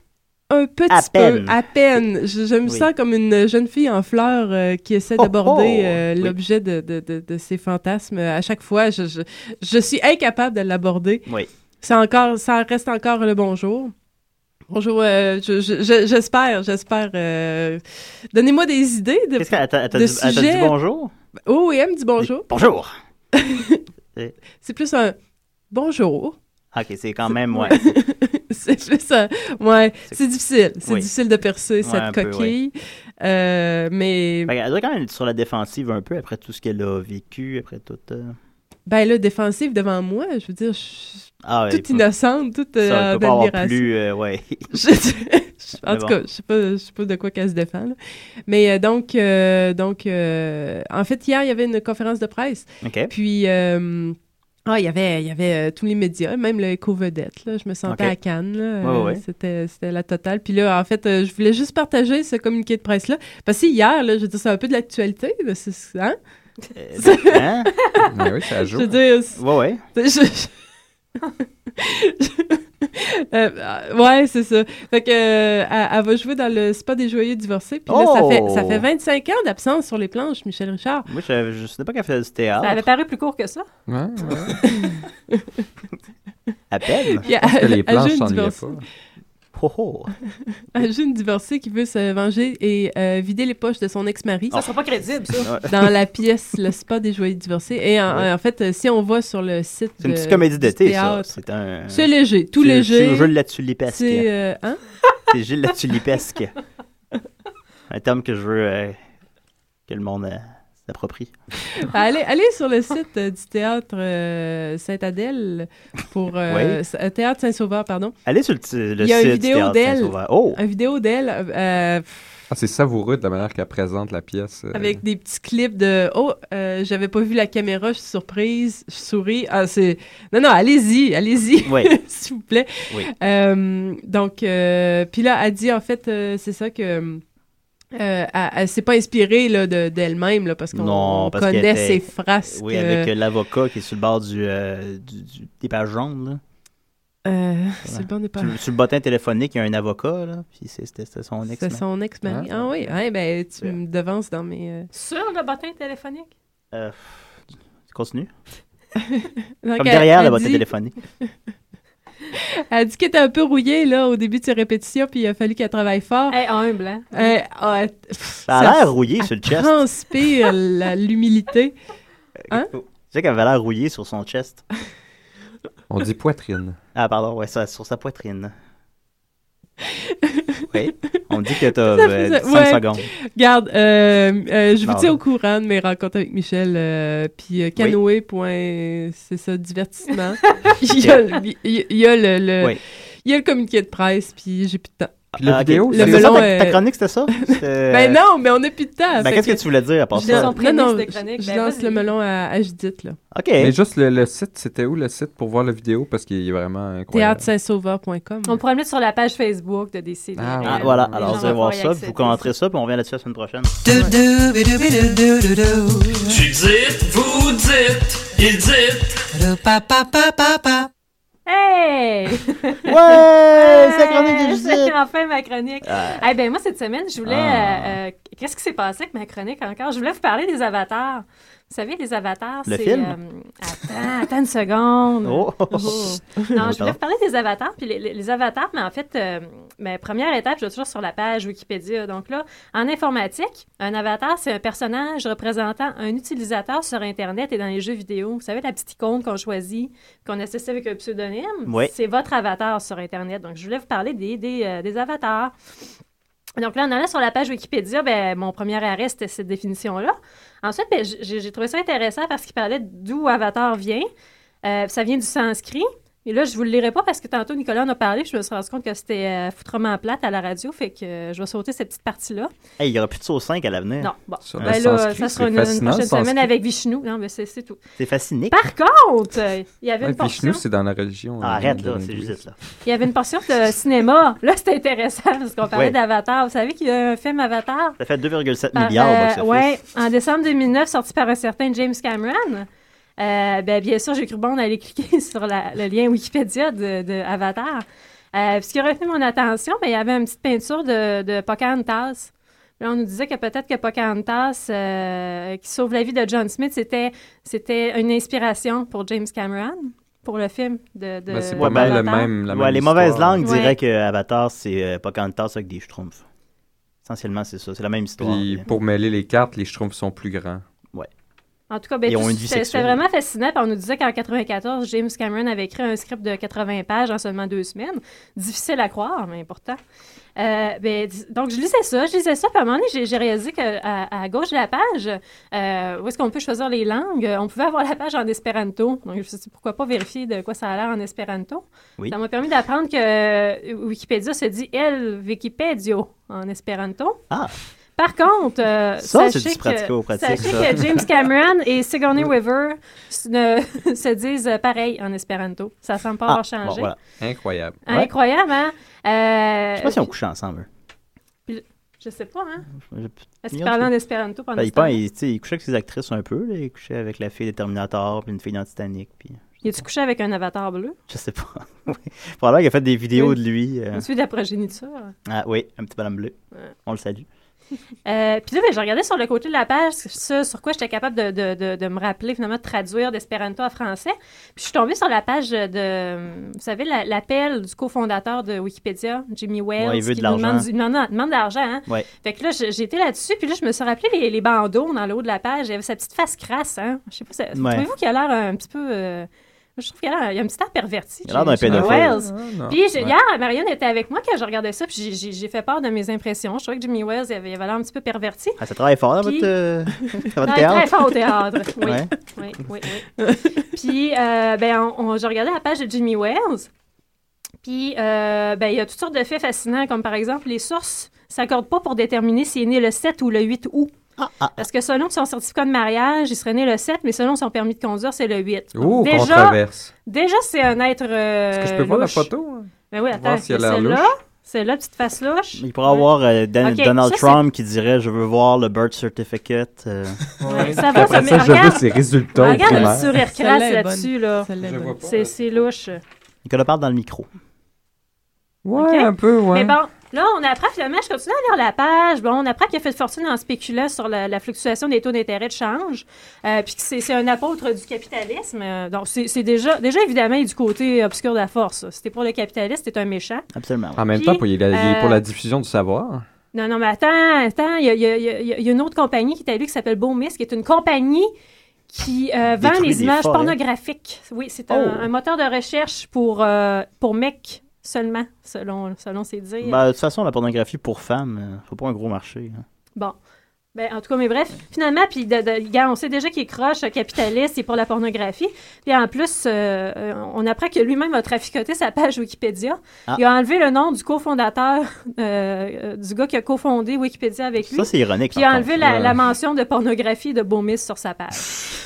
Speaker 11: un petit
Speaker 12: À peine.
Speaker 11: peu, à peine. Je, je
Speaker 12: Oui.
Speaker 11: me sens comme une jeune fille en fleurs euh, qui essaie
Speaker 12: Oh,
Speaker 11: d'aborder
Speaker 12: oh!
Speaker 11: euh,
Speaker 12: Oui.
Speaker 11: l'objet de, de, de, de ses fantasmes. À chaque fois, je, je, je suis incapable de l'aborder.
Speaker 4: Oui.
Speaker 11: Ça, encore, ça reste encore le bonjour. Bonjour, euh, je- je- je- j'espère, j'espère. euh, Donnez-moi des idées de,
Speaker 4: Qu'est-ce qu'elle elle t'a- elle t'a
Speaker 11: de
Speaker 4: dit- elle t'a dit
Speaker 11: sujets.
Speaker 4: bonjour?
Speaker 11: Oh, oui, elle me dit bonjour.
Speaker 4: Bonjour!
Speaker 11: C'est plus un bonjour.
Speaker 4: OK, c'est quand même, ouais.
Speaker 11: c'est juste un- ouais, c'est difficile. C'est
Speaker 4: Oui.
Speaker 11: difficile de percer
Speaker 4: Ouais, un
Speaker 11: cette
Speaker 4: peu,
Speaker 11: coquille. Euh, mais
Speaker 4: Fait qu'elle doit quand même être sur la défensive un peu après tout ce qu'elle a vécu, après tout. euh,
Speaker 11: ben là, défensive devant moi, je veux dire, je suis
Speaker 4: Ah ouais,
Speaker 11: toute
Speaker 4: faut-
Speaker 11: innocente, toute
Speaker 4: ça, elle
Speaker 11: euh,
Speaker 4: peut pas avoir
Speaker 11: d'admiration.
Speaker 4: plus, euh, ouais.
Speaker 11: Je- en
Speaker 4: Mais bon.
Speaker 11: tout cas, je sais pas, je sais pas de quoi qu'elle se défend. là. Mais euh, donc, euh, donc, euh, en fait, hier, il y avait une conférence de presse.
Speaker 4: OK.
Speaker 11: Puis, euh, ah, il y avait, il y avait euh, tous les médias, même le co-vedette. là. Je me sentais
Speaker 4: OK.
Speaker 11: à Cannes. là.
Speaker 4: Ouais, ouais,
Speaker 11: Euh,
Speaker 4: ouais.
Speaker 11: C'était, c'était la totale. Puis là, en fait, euh, je voulais juste partager ce communiqué de presse-là. Parce que hier, là, je veux dire, c'est un peu de l'actualité. là, c'est- Hein? euh,
Speaker 4: Hein?
Speaker 8: Mais oui, ça joue.
Speaker 11: Je veux dire, c'est-
Speaker 4: Ouais, ouais.
Speaker 11: je- je- Euh, ouais, c'est ça. Fait que, euh, elle, elle va jouer dans le spa des joyeux divorcés. Puis là, ça, fait, ça fait
Speaker 4: Oh!
Speaker 11: 25 ans d'absence sur les planches, Michel Richard.
Speaker 4: Moi, je, je sais pas qu'elle faisait du
Speaker 6: Ça avait
Speaker 4: théâtre.
Speaker 6: paru plus court que ça.
Speaker 4: À peine.
Speaker 11: Puis elle- elle joue une
Speaker 4: s'ennuyaient
Speaker 11: divorcée.
Speaker 4: Oh, oh.
Speaker 11: Un jeune divorcé qui veut se venger et euh, vider les poches de son ex-mari.
Speaker 6: Ça sera pas crédible, ça.
Speaker 11: Dans la pièce Le Spa des Joyeux Divorcés. Et en,
Speaker 4: Ouais.
Speaker 11: en fait, euh, si on va sur le site.
Speaker 4: C'est une
Speaker 11: de-
Speaker 4: petite comédie
Speaker 11: du
Speaker 4: d'été, ça.
Speaker 11: théâtre,
Speaker 4: C'est un.
Speaker 11: C'est léger, tout
Speaker 4: C'est-
Speaker 11: léger.
Speaker 4: C'est Jules la tulipesque.
Speaker 11: C'est.
Speaker 4: C'est
Speaker 11: euh, hein?
Speaker 4: Gilles la tulipesque. un terme que je veux euh, que le monde euh, s'approprie.
Speaker 11: Bah, allez, allez sur le site euh, du théâtre euh, Sainte-Adèle pour. euh,
Speaker 4: Oui.
Speaker 11: sa- euh, Théâtre Saint-Sauveur, pardon.
Speaker 4: Allez sur le, t- le
Speaker 11: Il y a
Speaker 4: site
Speaker 11: une
Speaker 4: du
Speaker 11: vidéo
Speaker 4: Théâtre
Speaker 11: d'elle.
Speaker 4: Saint-Sauveur. Oh!
Speaker 11: Une vidéo d'elle euh,
Speaker 8: Ah, c'est savoureux de la manière qu'elle présente la pièce. euh.
Speaker 11: avec des petits clips de Oh, euh, j'avais pas vu la caméra, je suis surprise, je souris. Ah, c'est. Non, non, allez-y, allez-y,
Speaker 4: Oui.
Speaker 11: s'il vous plaît.
Speaker 4: Oui.
Speaker 11: Euh, donc, euh, puis là, elle dit en fait, euh, c'est ça que. euh, elle, elle s'est pas inspirée là, de- d'elle-même là, parce qu'on on
Speaker 4: Non, parce qu'elle
Speaker 11: connaît
Speaker 4: était-
Speaker 11: ses phrases.
Speaker 4: Oui, avec euh, l'avocat qui est sur le bord du, euh, du- du- des pages jaunes. Là.
Speaker 11: Euh, C'est bon, on n'est pas.
Speaker 4: Sur, sur le bottin téléphonique, il y a un avocat, là. Puis c'est- c'était c'était son ex.
Speaker 11: C'est son ex-mari. Ah, oui, ouais, ben, tu me devances dans mes. euh,
Speaker 6: Sur le bottin téléphonique.
Speaker 4: Euh, tu continues?
Speaker 11: Donc,
Speaker 4: Comme
Speaker 11: elle-
Speaker 4: derrière
Speaker 11: elle
Speaker 4: le bottin
Speaker 11: dit-
Speaker 4: téléphonique.
Speaker 11: Elle dit qu'elle était un peu rouillée là, au début de ses répétitions, puis il a fallu qu'elle travaille fort.
Speaker 6: Hey, humble, hein?
Speaker 11: Euh, ah, elle- pff,
Speaker 4: Ça a
Speaker 11: ça-
Speaker 4: l'air rouillé sur le
Speaker 11: elle
Speaker 4: chest.
Speaker 11: transpire la- l'humilité. Hein?
Speaker 4: Tu sais qu'elle avait l'air rouillée sur son chest.
Speaker 8: On dit poitrine.
Speaker 4: Ah, pardon, ouais, ça, sur sa poitrine. oui, on dit que t'as
Speaker 11: Ça
Speaker 4: euh,
Speaker 11: faisait-
Speaker 4: 5
Speaker 11: ouais.
Speaker 4: secondes.
Speaker 11: Garde, euh, euh, je vous
Speaker 4: Non.
Speaker 11: tiens au courant de mes rencontres avec Michel, euh, puis euh, canoë. point- C'est ça, divertissement. il y a, le- il- il y a le, le-
Speaker 4: Oui.
Speaker 11: il y a le communiqué de presse, puis j'ai plus de temps.
Speaker 8: Puis la
Speaker 4: Ah, ok.
Speaker 8: vidéo,
Speaker 4: Le
Speaker 8: c'est-
Speaker 4: melon,
Speaker 11: melon,
Speaker 4: ta, ta
Speaker 11: euh,
Speaker 4: chronique, c'était ça? C'était-
Speaker 11: Ben non, mais on n'a plus de temps.
Speaker 4: Ben,
Speaker 11: fait
Speaker 4: qu'est-ce que tu voulais dire à part
Speaker 11: Je
Speaker 4: ça?
Speaker 11: lance-
Speaker 6: prémisse
Speaker 11: non, non,
Speaker 6: de
Speaker 11: je-
Speaker 6: chronique,
Speaker 11: Je
Speaker 6: ben,
Speaker 11: lance
Speaker 6: vas-y.
Speaker 11: le melon à, à Judith, là.
Speaker 4: OK.
Speaker 8: Mais juste le, le site, c'était où le site pour voir la vidéo? Parce qu'il est vraiment incroyable.
Speaker 11: Théâtre-saint-sauveur.com.
Speaker 6: On pourrait le mettre sur la page Facebook de DC.
Speaker 8: Ah,
Speaker 4: Ah, voilà,
Speaker 8: Les
Speaker 6: gens
Speaker 4: alors vous allez
Speaker 6: vont
Speaker 4: voir
Speaker 6: pouvoir y
Speaker 4: ça, puis
Speaker 6: accéder.
Speaker 4: vous commenterez ça, puis on revient là-dessus la semaine prochaine.
Speaker 16: dites, vous dites, il dit.
Speaker 6: Hey!
Speaker 4: Ouais! Euh, C'est la chronique de
Speaker 6: Hey,
Speaker 4: Judith!
Speaker 6: C'est enfin ma chronique.
Speaker 4: Ah.
Speaker 6: Eh ben moi, cette semaine, je voulais...
Speaker 4: Ah.
Speaker 6: euh, euh, Qu'est-ce qui s'est passé avec ma chronique encore? Je voulais vous parler des avatars. Vous savez, les avatars,
Speaker 4: Le
Speaker 6: c'est...
Speaker 4: film?
Speaker 6: euh, attends, attends une seconde.
Speaker 4: Oh!
Speaker 6: Non, je voulais vous parler des avatars. Puis les, les- les avatars, mais en fait, euh, ma première étape, je suis toujours sur la page Wikipédia. Donc là, en informatique, un avatar, c'est un personnage représentant un utilisateur sur Internet et dans les jeux vidéo. Vous savez, la petite icône qu'on choisit, qu'on associe avec un pseudonyme,
Speaker 11: Hmm,
Speaker 17: Oui.
Speaker 6: c'est votre avatar sur Internet. Donc, je voulais vous parler des, des, euh, des avatars. Donc là, en allant sur la page Wikipédia, ben, mon premier arrêt, c'était cette définition-là. Ensuite, ben, j- j'ai j'ai trouvé ça intéressant parce qu'il parlait d'où avatar vient. Euh, ça vient du sanskrit. Et là, je vous le lirai pas parce que tantôt, Nicolas en a parlé. puis Je me suis rendu compte que c'était euh, foutrement plate à la radio. Fait que euh, je vais sauter cette petite partie-là.
Speaker 4: Hey, il y aura plus de sauce 5 à l'avenir.
Speaker 6: Non, bon.
Speaker 4: Sur
Speaker 6: Ben
Speaker 4: le
Speaker 6: là,
Speaker 4: sanskrit,
Speaker 6: ça sera
Speaker 4: c'est
Speaker 6: une, une
Speaker 4: fascinant,
Speaker 6: prochaine
Speaker 4: le sanskrit.
Speaker 6: semaine avec Vishnu. Non, mais c'est c'est tout.
Speaker 4: C'est fasciné.
Speaker 6: Par contre, euh, il y avait
Speaker 8: Ouais,
Speaker 6: une
Speaker 8: puis chez
Speaker 6: portion...
Speaker 8: nous, c'est dans la religion.
Speaker 4: Ah, Arrête, là, c'est
Speaker 8: juste
Speaker 4: là.
Speaker 6: Il y avait une portion de cinéma. Là, c'était intéressant parce qu'on parlait
Speaker 4: Ouais.
Speaker 6: d'Avatar. Vous savez qu'il y a un film Avatar
Speaker 4: Ça fait 2,7
Speaker 6: par-
Speaker 4: milliards
Speaker 6: euh,
Speaker 4: au box-office.
Speaker 6: ouais, en décembre 2009, sorti par un certain James Cameron. Euh, ben, bien sûr, j'ai cru bon d'aller cliquer sur la- le lien Wikipédia de, de Avatar. Euh, puis ce qui a retenu mon attention, ben, il y avait une petite peinture de, de Pocahontas. Là, on nous disait que peut-être que Pocahontas, euh, qui sauve la vie de John Smith, c'était, c'était une inspiration pour James Cameron, pour le film de, de
Speaker 8: Ben, c'est
Speaker 6: de
Speaker 8: pas mal le
Speaker 6: Avatar.
Speaker 8: même- la
Speaker 4: Ouais,
Speaker 8: même
Speaker 4: les
Speaker 8: histoire.
Speaker 4: mauvaises langues
Speaker 6: Ouais.
Speaker 4: diraient que Avatar, c'est euh, Pocahontas avec des schtroumpfs. Essentiellement, c'est ça. C'est la même histoire.
Speaker 8: Puis pour mêler les cartes, les schtroumpfs sont plus grands.
Speaker 4: Ouais.
Speaker 6: En tout cas, ben,
Speaker 4: Ils ont
Speaker 6: tout-
Speaker 4: une vie
Speaker 6: c'était c'était
Speaker 4: sexuelle.
Speaker 6: vraiment fascinant. Puis on nous disait qu'en 94, James Cameron avait écrit un script de 80 pages en seulement deux semaines. Difficile à croire, mais important. Euh, ben, dis- donc, je lisais ça, je lisais ça, puis à un moment donné, j'ai- j'ai réalisé qu'à à gauche de la page, euh, où est-ce qu'on peut choisir les langues, euh, on pouvait avoir la page en espéranto. Donc, je me suis dit, pourquoi pas vérifier de quoi ça a l'air en espéranto.
Speaker 4: Oui.
Speaker 6: Ça m'a permis d'apprendre que euh, Wikipédia se dit « El Wikipedia » en espéranto.
Speaker 4: Ah!
Speaker 6: Par contre, euh,
Speaker 4: Ça, c'est
Speaker 6: sachez,
Speaker 4: du pratico-pratique,
Speaker 6: sachez
Speaker 4: ça.
Speaker 6: que James Cameron et Sigourney Weaver se, ne- se disent euh, pareil en espéranto. Ça semble pas
Speaker 4: Ah,
Speaker 6: avoir changé.
Speaker 4: bon, voilà. Incroyable.
Speaker 6: Incroyable, hein? Euh,
Speaker 4: Je sais pas si on couche ensemble. eux.
Speaker 6: puis- Je sais pas, hein?
Speaker 4: Je-
Speaker 6: Est-ce qu'ils parlaient en espéranto pendant
Speaker 4: Ben,
Speaker 6: ce
Speaker 4: il,
Speaker 6: temps?
Speaker 4: pense- il- tu sais, il couchait avec ses actrices un peu. là. Il couchait avec la fille des Terminator, puis une fille dans Titanic. Puis...
Speaker 6: Il est-tu couché avec un avatar bleu?
Speaker 4: Je sais pas. Oui. Probablement qu'il a fait des vidéos de lui. euh.
Speaker 6: Une suite de la progéniture?
Speaker 4: Ah oui, un petit bonhomme bleu.
Speaker 6: Ouais.
Speaker 4: On le salue.
Speaker 6: Euh, Puis là, ben, je regardais sur le côté de la page ce sur quoi j'étais capable de, de- de- de me rappeler, finalement, de traduire d'espéranto à français. Puis je suis tombée sur la page de, vous savez, la- l'appel du cofondateur de Wikipédia, Jimmy Wales.
Speaker 4: Ouais, il veut de
Speaker 6: qui nous
Speaker 4: l'argent.
Speaker 6: demande, du- il demande, il demande de l'argent. Hein?
Speaker 4: Ouais.
Speaker 6: Fait que là, j'ai- j'étais là-dessus, puis là, je me suis rappelé les, les bandeaux dans le haut de la page. Il y avait sa petite face crasse, hein. Je sais pas, ça-
Speaker 4: Ouais.
Speaker 6: trouvez-vous qu'il a l'air un petit peu... euh, Je trouve qu'il a l'air- il a un petit air perverti.
Speaker 4: Il a l'air d'un
Speaker 6: Jimmy
Speaker 4: pédophile.
Speaker 6: Wales.
Speaker 4: Ah, non.
Speaker 6: Puis j'ai-
Speaker 4: Ouais.
Speaker 6: hier, Marianne était avec moi quand je regardais ça, puis j'ai- j'ai j'ai fait part de mes impressions. Je trouvais que Jimmy Wales, il avait il avait l'air un petit peu perverti.
Speaker 4: Ah, ça travaille fort dans
Speaker 6: Puis-
Speaker 4: votre, euh, dans votre
Speaker 6: Ah,
Speaker 4: théâtre.
Speaker 6: Très fort au théâtre, oui.
Speaker 4: Ouais.
Speaker 6: oui, oui, oui. Puis, euh, ben, on, on- je regardais la page de Jimmy Wales. Puis, euh, ben, il y a toutes sortes de faits fascinants, comme par exemple, les sources ne s'accordent pas pour déterminer s'il est né le 7 ou le 8 août. Parce que selon son certificat de mariage, il serait né le 7, mais selon son permis de conduire, c'est le 8.
Speaker 8: Ouh,
Speaker 6: Donc, déjà,
Speaker 8: controverse.
Speaker 6: déjà, c'est un être. euh,
Speaker 8: Est-ce que je peux voir la
Speaker 6: louche.
Speaker 8: photo, hein?
Speaker 6: Ben oui,
Speaker 8: Pour voir
Speaker 6: attends,
Speaker 8: s'il a l'air
Speaker 6: celle-là,
Speaker 8: louche.
Speaker 6: celle-là, petite face louche.
Speaker 4: Il pourrait avoir euh, Dan-
Speaker 6: Ok,
Speaker 4: Donald
Speaker 6: ça, c'est-
Speaker 4: Trump qui dirait Je veux voir le birth certificate. euh.
Speaker 6: Ouais, ça va, ça, Ah, mais regarde- Regarde le sourire
Speaker 11: Celle-là
Speaker 6: crasse
Speaker 11: est bonne.
Speaker 6: là-dessus, là.
Speaker 11: Celle-là est Je bonne. vois pas,
Speaker 6: C'est- C'est louche.
Speaker 4: Nicolas parle dans le micro.
Speaker 8: Ouais,
Speaker 6: Ok?
Speaker 8: un peu,
Speaker 6: Mais
Speaker 8: ouais.
Speaker 6: bon, là, on apprend finalement, je continue à lire la page. Bon, on apprend qu'il a fait fortune en spéculant sur la, la fluctuation des taux d'intérêt de change, euh, puis que c'est c'est un apôtre du capitalisme. Euh, donc, c'est c'est déjà, déjà, évidemment, il est du côté obscur de la force. Si t'es pour le capitaliste, t'es un méchant.
Speaker 4: Absolument.
Speaker 8: En même
Speaker 6: Puis,
Speaker 8: temps, pour- il, a- il est pour
Speaker 6: euh,
Speaker 8: la diffusion du savoir.
Speaker 6: Non, non, mais attends, attends, il y a, il y a- il y a- il y a une autre compagnie qui est à lui qui s'appelle Beaumis, qui est une compagnie qui euh, vend
Speaker 8: Détruit
Speaker 6: les
Speaker 8: des
Speaker 6: images
Speaker 8: forêts.
Speaker 6: pornographiques. Oui, c'est un,
Speaker 4: Oh.
Speaker 6: un moteur de recherche pour, euh, pour mecs seulement, selon, selon ses dires.
Speaker 4: Ben, de toute façon, la pornographie pour femmes, euh, faut pas un gros marché. hein.
Speaker 6: Bon. Ben, en tout cas, mais bref, finalement, puis de- de- gars, on sait déjà qu'il est croche, euh, capitaliste et pour la pornographie. Puis en plus, euh, euh, on apprend que lui-même a traficoté sa page Wikipédia.
Speaker 4: Ah.
Speaker 6: Il a enlevé le nom du cofondateur, euh, euh, du gars qui a cofondé Wikipédia avec lui.
Speaker 4: Ça, c'est ironique,
Speaker 6: Puis il a
Speaker 4: par
Speaker 6: enlevé
Speaker 4: contre.
Speaker 6: la,
Speaker 4: Ouais.
Speaker 6: la mention de pornographie de Beaumis sur sa page.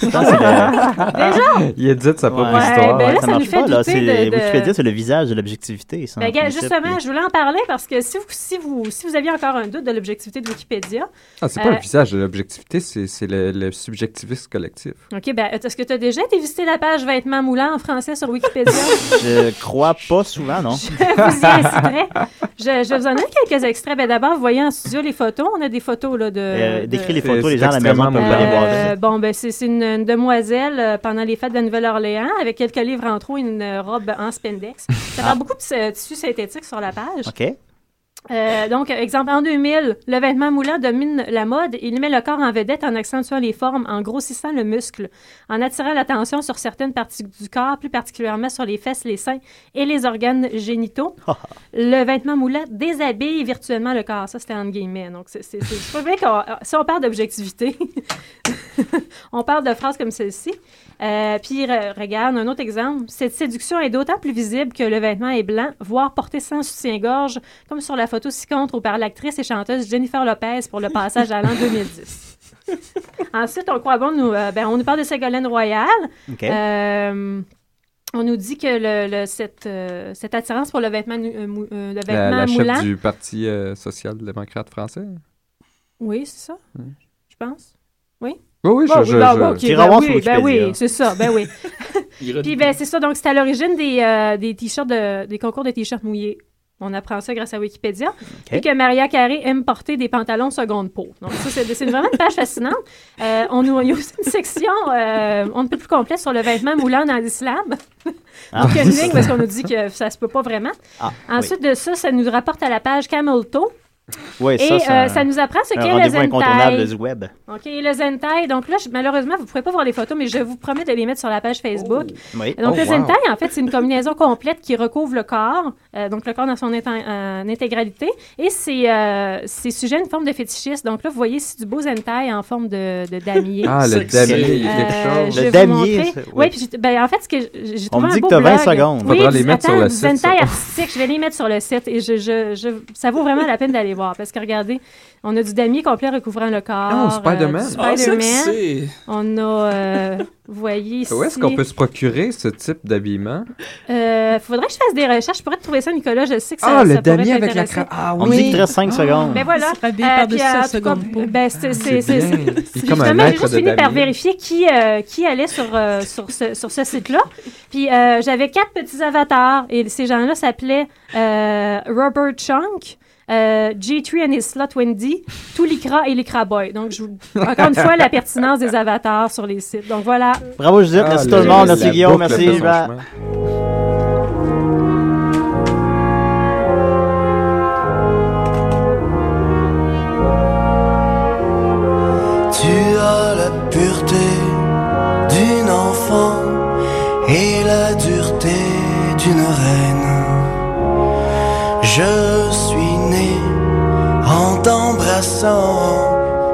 Speaker 4: Déjà?
Speaker 8: Il édite sa propre
Speaker 4: Ouais,
Speaker 8: histoire.
Speaker 6: ben là, ça
Speaker 4: ça
Speaker 6: nous
Speaker 4: marche
Speaker 6: fait
Speaker 4: pas, là.
Speaker 6: douter
Speaker 4: C'est,
Speaker 6: de- de-
Speaker 4: Wikipédia, c'est le visage de l'objectivité. ça, en
Speaker 6: Ben, gars,
Speaker 4: principe.
Speaker 6: justement, je voulais en parler parce que si vous, si vous, si vous aviez encore un doute de l'objectivité de Wikipédia.
Speaker 8: Ah, c'est pas
Speaker 6: euh,
Speaker 8: le visage de l'objectivité, c'est c'est le, le subjectivisme collectif.
Speaker 6: OK, ben, est-ce que tu as déjà été visiter la page vêtements moulants en français sur Wikipédia?
Speaker 4: Je crois pas souvent, non?
Speaker 6: vous y inciterai. Je, je vous en ai quelques extraits. Ben, D'abord, vous voyez en studio les photos. On a des photos là, de.
Speaker 4: Euh, décris
Speaker 6: de-
Speaker 4: les photos,
Speaker 8: C'est-
Speaker 4: les
Speaker 8: c'est
Speaker 4: gens à la maison
Speaker 8: extrêmement
Speaker 4: peuvent pas les voir.
Speaker 6: Euh, bon, ben, c'est c'est une, une demoiselle euh, pendant les fêtes de la Nouvelle-Orléans avec quelques livres en trop et une euh, robe en spandex. Ça parle beaucoup de ce- tissu synthétique sur la page.
Speaker 4: OK?
Speaker 6: Euh, donc, exemple, en 2000, le vêtement moulant domine la mode. Il met le corps en vedette en accentuant les formes, en grossissant le muscle, en attirant l'attention sur certaines parties du corps, plus particulièrement sur les fesses, les seins et les organes génitaux. le vêtement moulant déshabille virtuellement le corps. Ça, c'était entre guillemets. Donc, c'est, c'est, c'est- je trouve bien qu'on- si on parle d'objectivité, on parle de phrases comme celle-ci. Euh, puis, re- regarde, un autre exemple. Cette séduction est d'autant plus visible que le vêtement est blanc, voire porté sans soutien-gorge, comme sur la photo ci-contre ou par l'actrice et chanteuse Jennifer Lopez pour le passage à l'an 2010. Ensuite, on croit bon, nous, euh, ben, on nous parle de Ségolène Royal.
Speaker 4: OK.
Speaker 6: Euh, on nous dit que le, le- cette, euh, cette attirance pour le vêtement, nu- euh, mou- euh, le vêtement
Speaker 8: La, la
Speaker 6: moulant.
Speaker 8: chef du Parti euh, social-démocrate français.
Speaker 6: Oui, c'est ça,
Speaker 8: Mm.
Speaker 6: je pense. Oui?
Speaker 8: Oui, oui, je-
Speaker 6: Bon,
Speaker 8: je-
Speaker 6: ben,
Speaker 8: je-
Speaker 6: ben, ok,
Speaker 8: T'iras
Speaker 6: ben
Speaker 8: voir sur
Speaker 6: oui, ben oui,
Speaker 8: Wikipédia.
Speaker 6: c'est ça, ben oui. Puis ben c'est ça, donc c'est à l'origine des, euh, des t-shirts, de- des concours de t-shirts mouillés. On apprend ça grâce à Wikipédia. Et que Maria Carré aime porter des pantalons seconde peau. Donc ça, c'est c'est vraiment une page fascinante. Euh, on nous, il y a aussi une section, euh, on ne peut plus complète, sur le vêtement moulant dans l'islam. donc
Speaker 4: Ah.
Speaker 6: il y a une ligne parce qu'on nous dit que ça se peut pas vraiment.
Speaker 4: Ah,
Speaker 6: Ensuite de ça, ça nous rapporte à la page Camel Toe.
Speaker 4: Oui,
Speaker 6: Et
Speaker 4: ça,
Speaker 6: euh,
Speaker 4: c'est
Speaker 6: ça,
Speaker 4: un-
Speaker 6: nous apprend ce
Speaker 4: un
Speaker 6: qu'est le
Speaker 4: rendez-vous
Speaker 6: Zentai.
Speaker 4: incontournable du web.
Speaker 6: OK, le Zentai. Donc là, je- malheureusement, vous ne pourrez pas voir les photos, mais je vous promets de les mettre sur la page Facebook.
Speaker 4: Oui.
Speaker 6: Donc,
Speaker 4: Oh,
Speaker 6: le
Speaker 4: wow.
Speaker 6: Zentai, en fait, c'est une combinaison complète qui recouvre le corps, euh, donc le corps dans son intin- euh, intégralité. Et c'est euh, c'est sujet à une forme de fétichisme. Donc là, vous voyez, c'est du beau Zentai en forme de, de damier.
Speaker 8: Ah, le
Speaker 6: Euh,
Speaker 8: damier, il y a quelque chose.
Speaker 6: je
Speaker 8: Le
Speaker 6: vais vous
Speaker 8: damier,
Speaker 6: montrer.
Speaker 8: c'est- oui.
Speaker 6: Oui, puis j'ai- ben, en fait, ce que j'ai- j'ai
Speaker 8: On
Speaker 6: trouvé
Speaker 8: me
Speaker 6: un
Speaker 8: dit que
Speaker 6: beau
Speaker 8: t'as 20
Speaker 6: blog.
Speaker 8: secondes.
Speaker 6: Oui,
Speaker 8: Faudra les mettre
Speaker 6: attends,
Speaker 8: sur le
Speaker 6: du
Speaker 8: site, ça.
Speaker 6: Zentai artistique, je vais les mettre sur le site et je, je, je- ça vaut vraiment la peine d'aller voir parce que regardez, on a du damier complet recouvrant le corps.
Speaker 8: Oh, Spider-Man.
Speaker 6: euh, du
Speaker 8: Ah, ça que
Speaker 6: Spider-Man.
Speaker 8: c'est.
Speaker 6: on a, euh, vous voyez ici.
Speaker 8: Où est-ce qu'on peut se procurer ce type d'habillement?
Speaker 6: Euh, faudrait que je fasse des recherches. Je pourrais te trouver ça, Nicolas. Je sais que ça.
Speaker 8: Ah, le
Speaker 6: ça pourrait
Speaker 8: damier avec la
Speaker 6: t'intéresser.
Speaker 8: cravate. Ah On me dit oui. qu'il te reste cinq secondes.
Speaker 6: Ben voilà.
Speaker 11: Il se rhabille
Speaker 6: puis,
Speaker 11: par-dessus sa
Speaker 6: en tout
Speaker 11: seconde
Speaker 6: cas, Ben, c'est. c'est-
Speaker 8: c'est
Speaker 6: c'est-
Speaker 8: bien.
Speaker 6: c'est-
Speaker 8: Il est comme
Speaker 6: Justement,
Speaker 8: un
Speaker 6: j'ai
Speaker 8: maître
Speaker 6: juste
Speaker 8: de
Speaker 6: fini par
Speaker 8: damier.
Speaker 6: vérifier qui, euh, qui allait sur, euh, sur ce, sur ce site-là. Puis euh, j'avais quatre petits avatars et ces gens-là s'appelaient euh, Robert Chunk. euh, G3 and his slot Wendy, tout l'ICRA et l'ICRA Boy. Donc, je vous- encore une fois, la pertinence des avatars sur les sites. Donc, voilà.
Speaker 4: Bravo, Judith.
Speaker 8: Ah,
Speaker 4: merci
Speaker 8: le-
Speaker 4: tout le monde.
Speaker 8: la
Speaker 4: Merci Guillaume.
Speaker 8: boucle fait
Speaker 4: Merci
Speaker 8: son
Speaker 4: Yvan.
Speaker 8: chemin.
Speaker 15: Tu as la pureté d'une enfant et la dureté d'une reine. Je suis né en t'embrassant,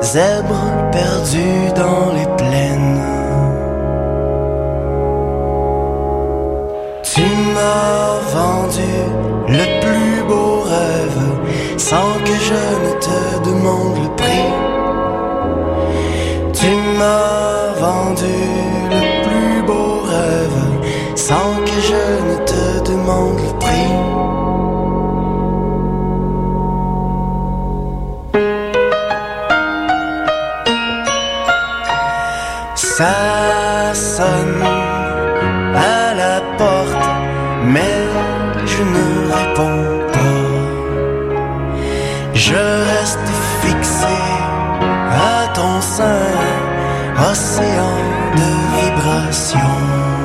Speaker 15: zèbre perdu dans les plaines. Tu m'as vendu le plus beau rêve sans que je ne te demande le prix. Tu m'as vendu le plus beau rêve sans que je ne te demande le prix. Ça sonne à la porte, mais je ne réponds pas. Je reste fixé à ton sein, océan de vibrations.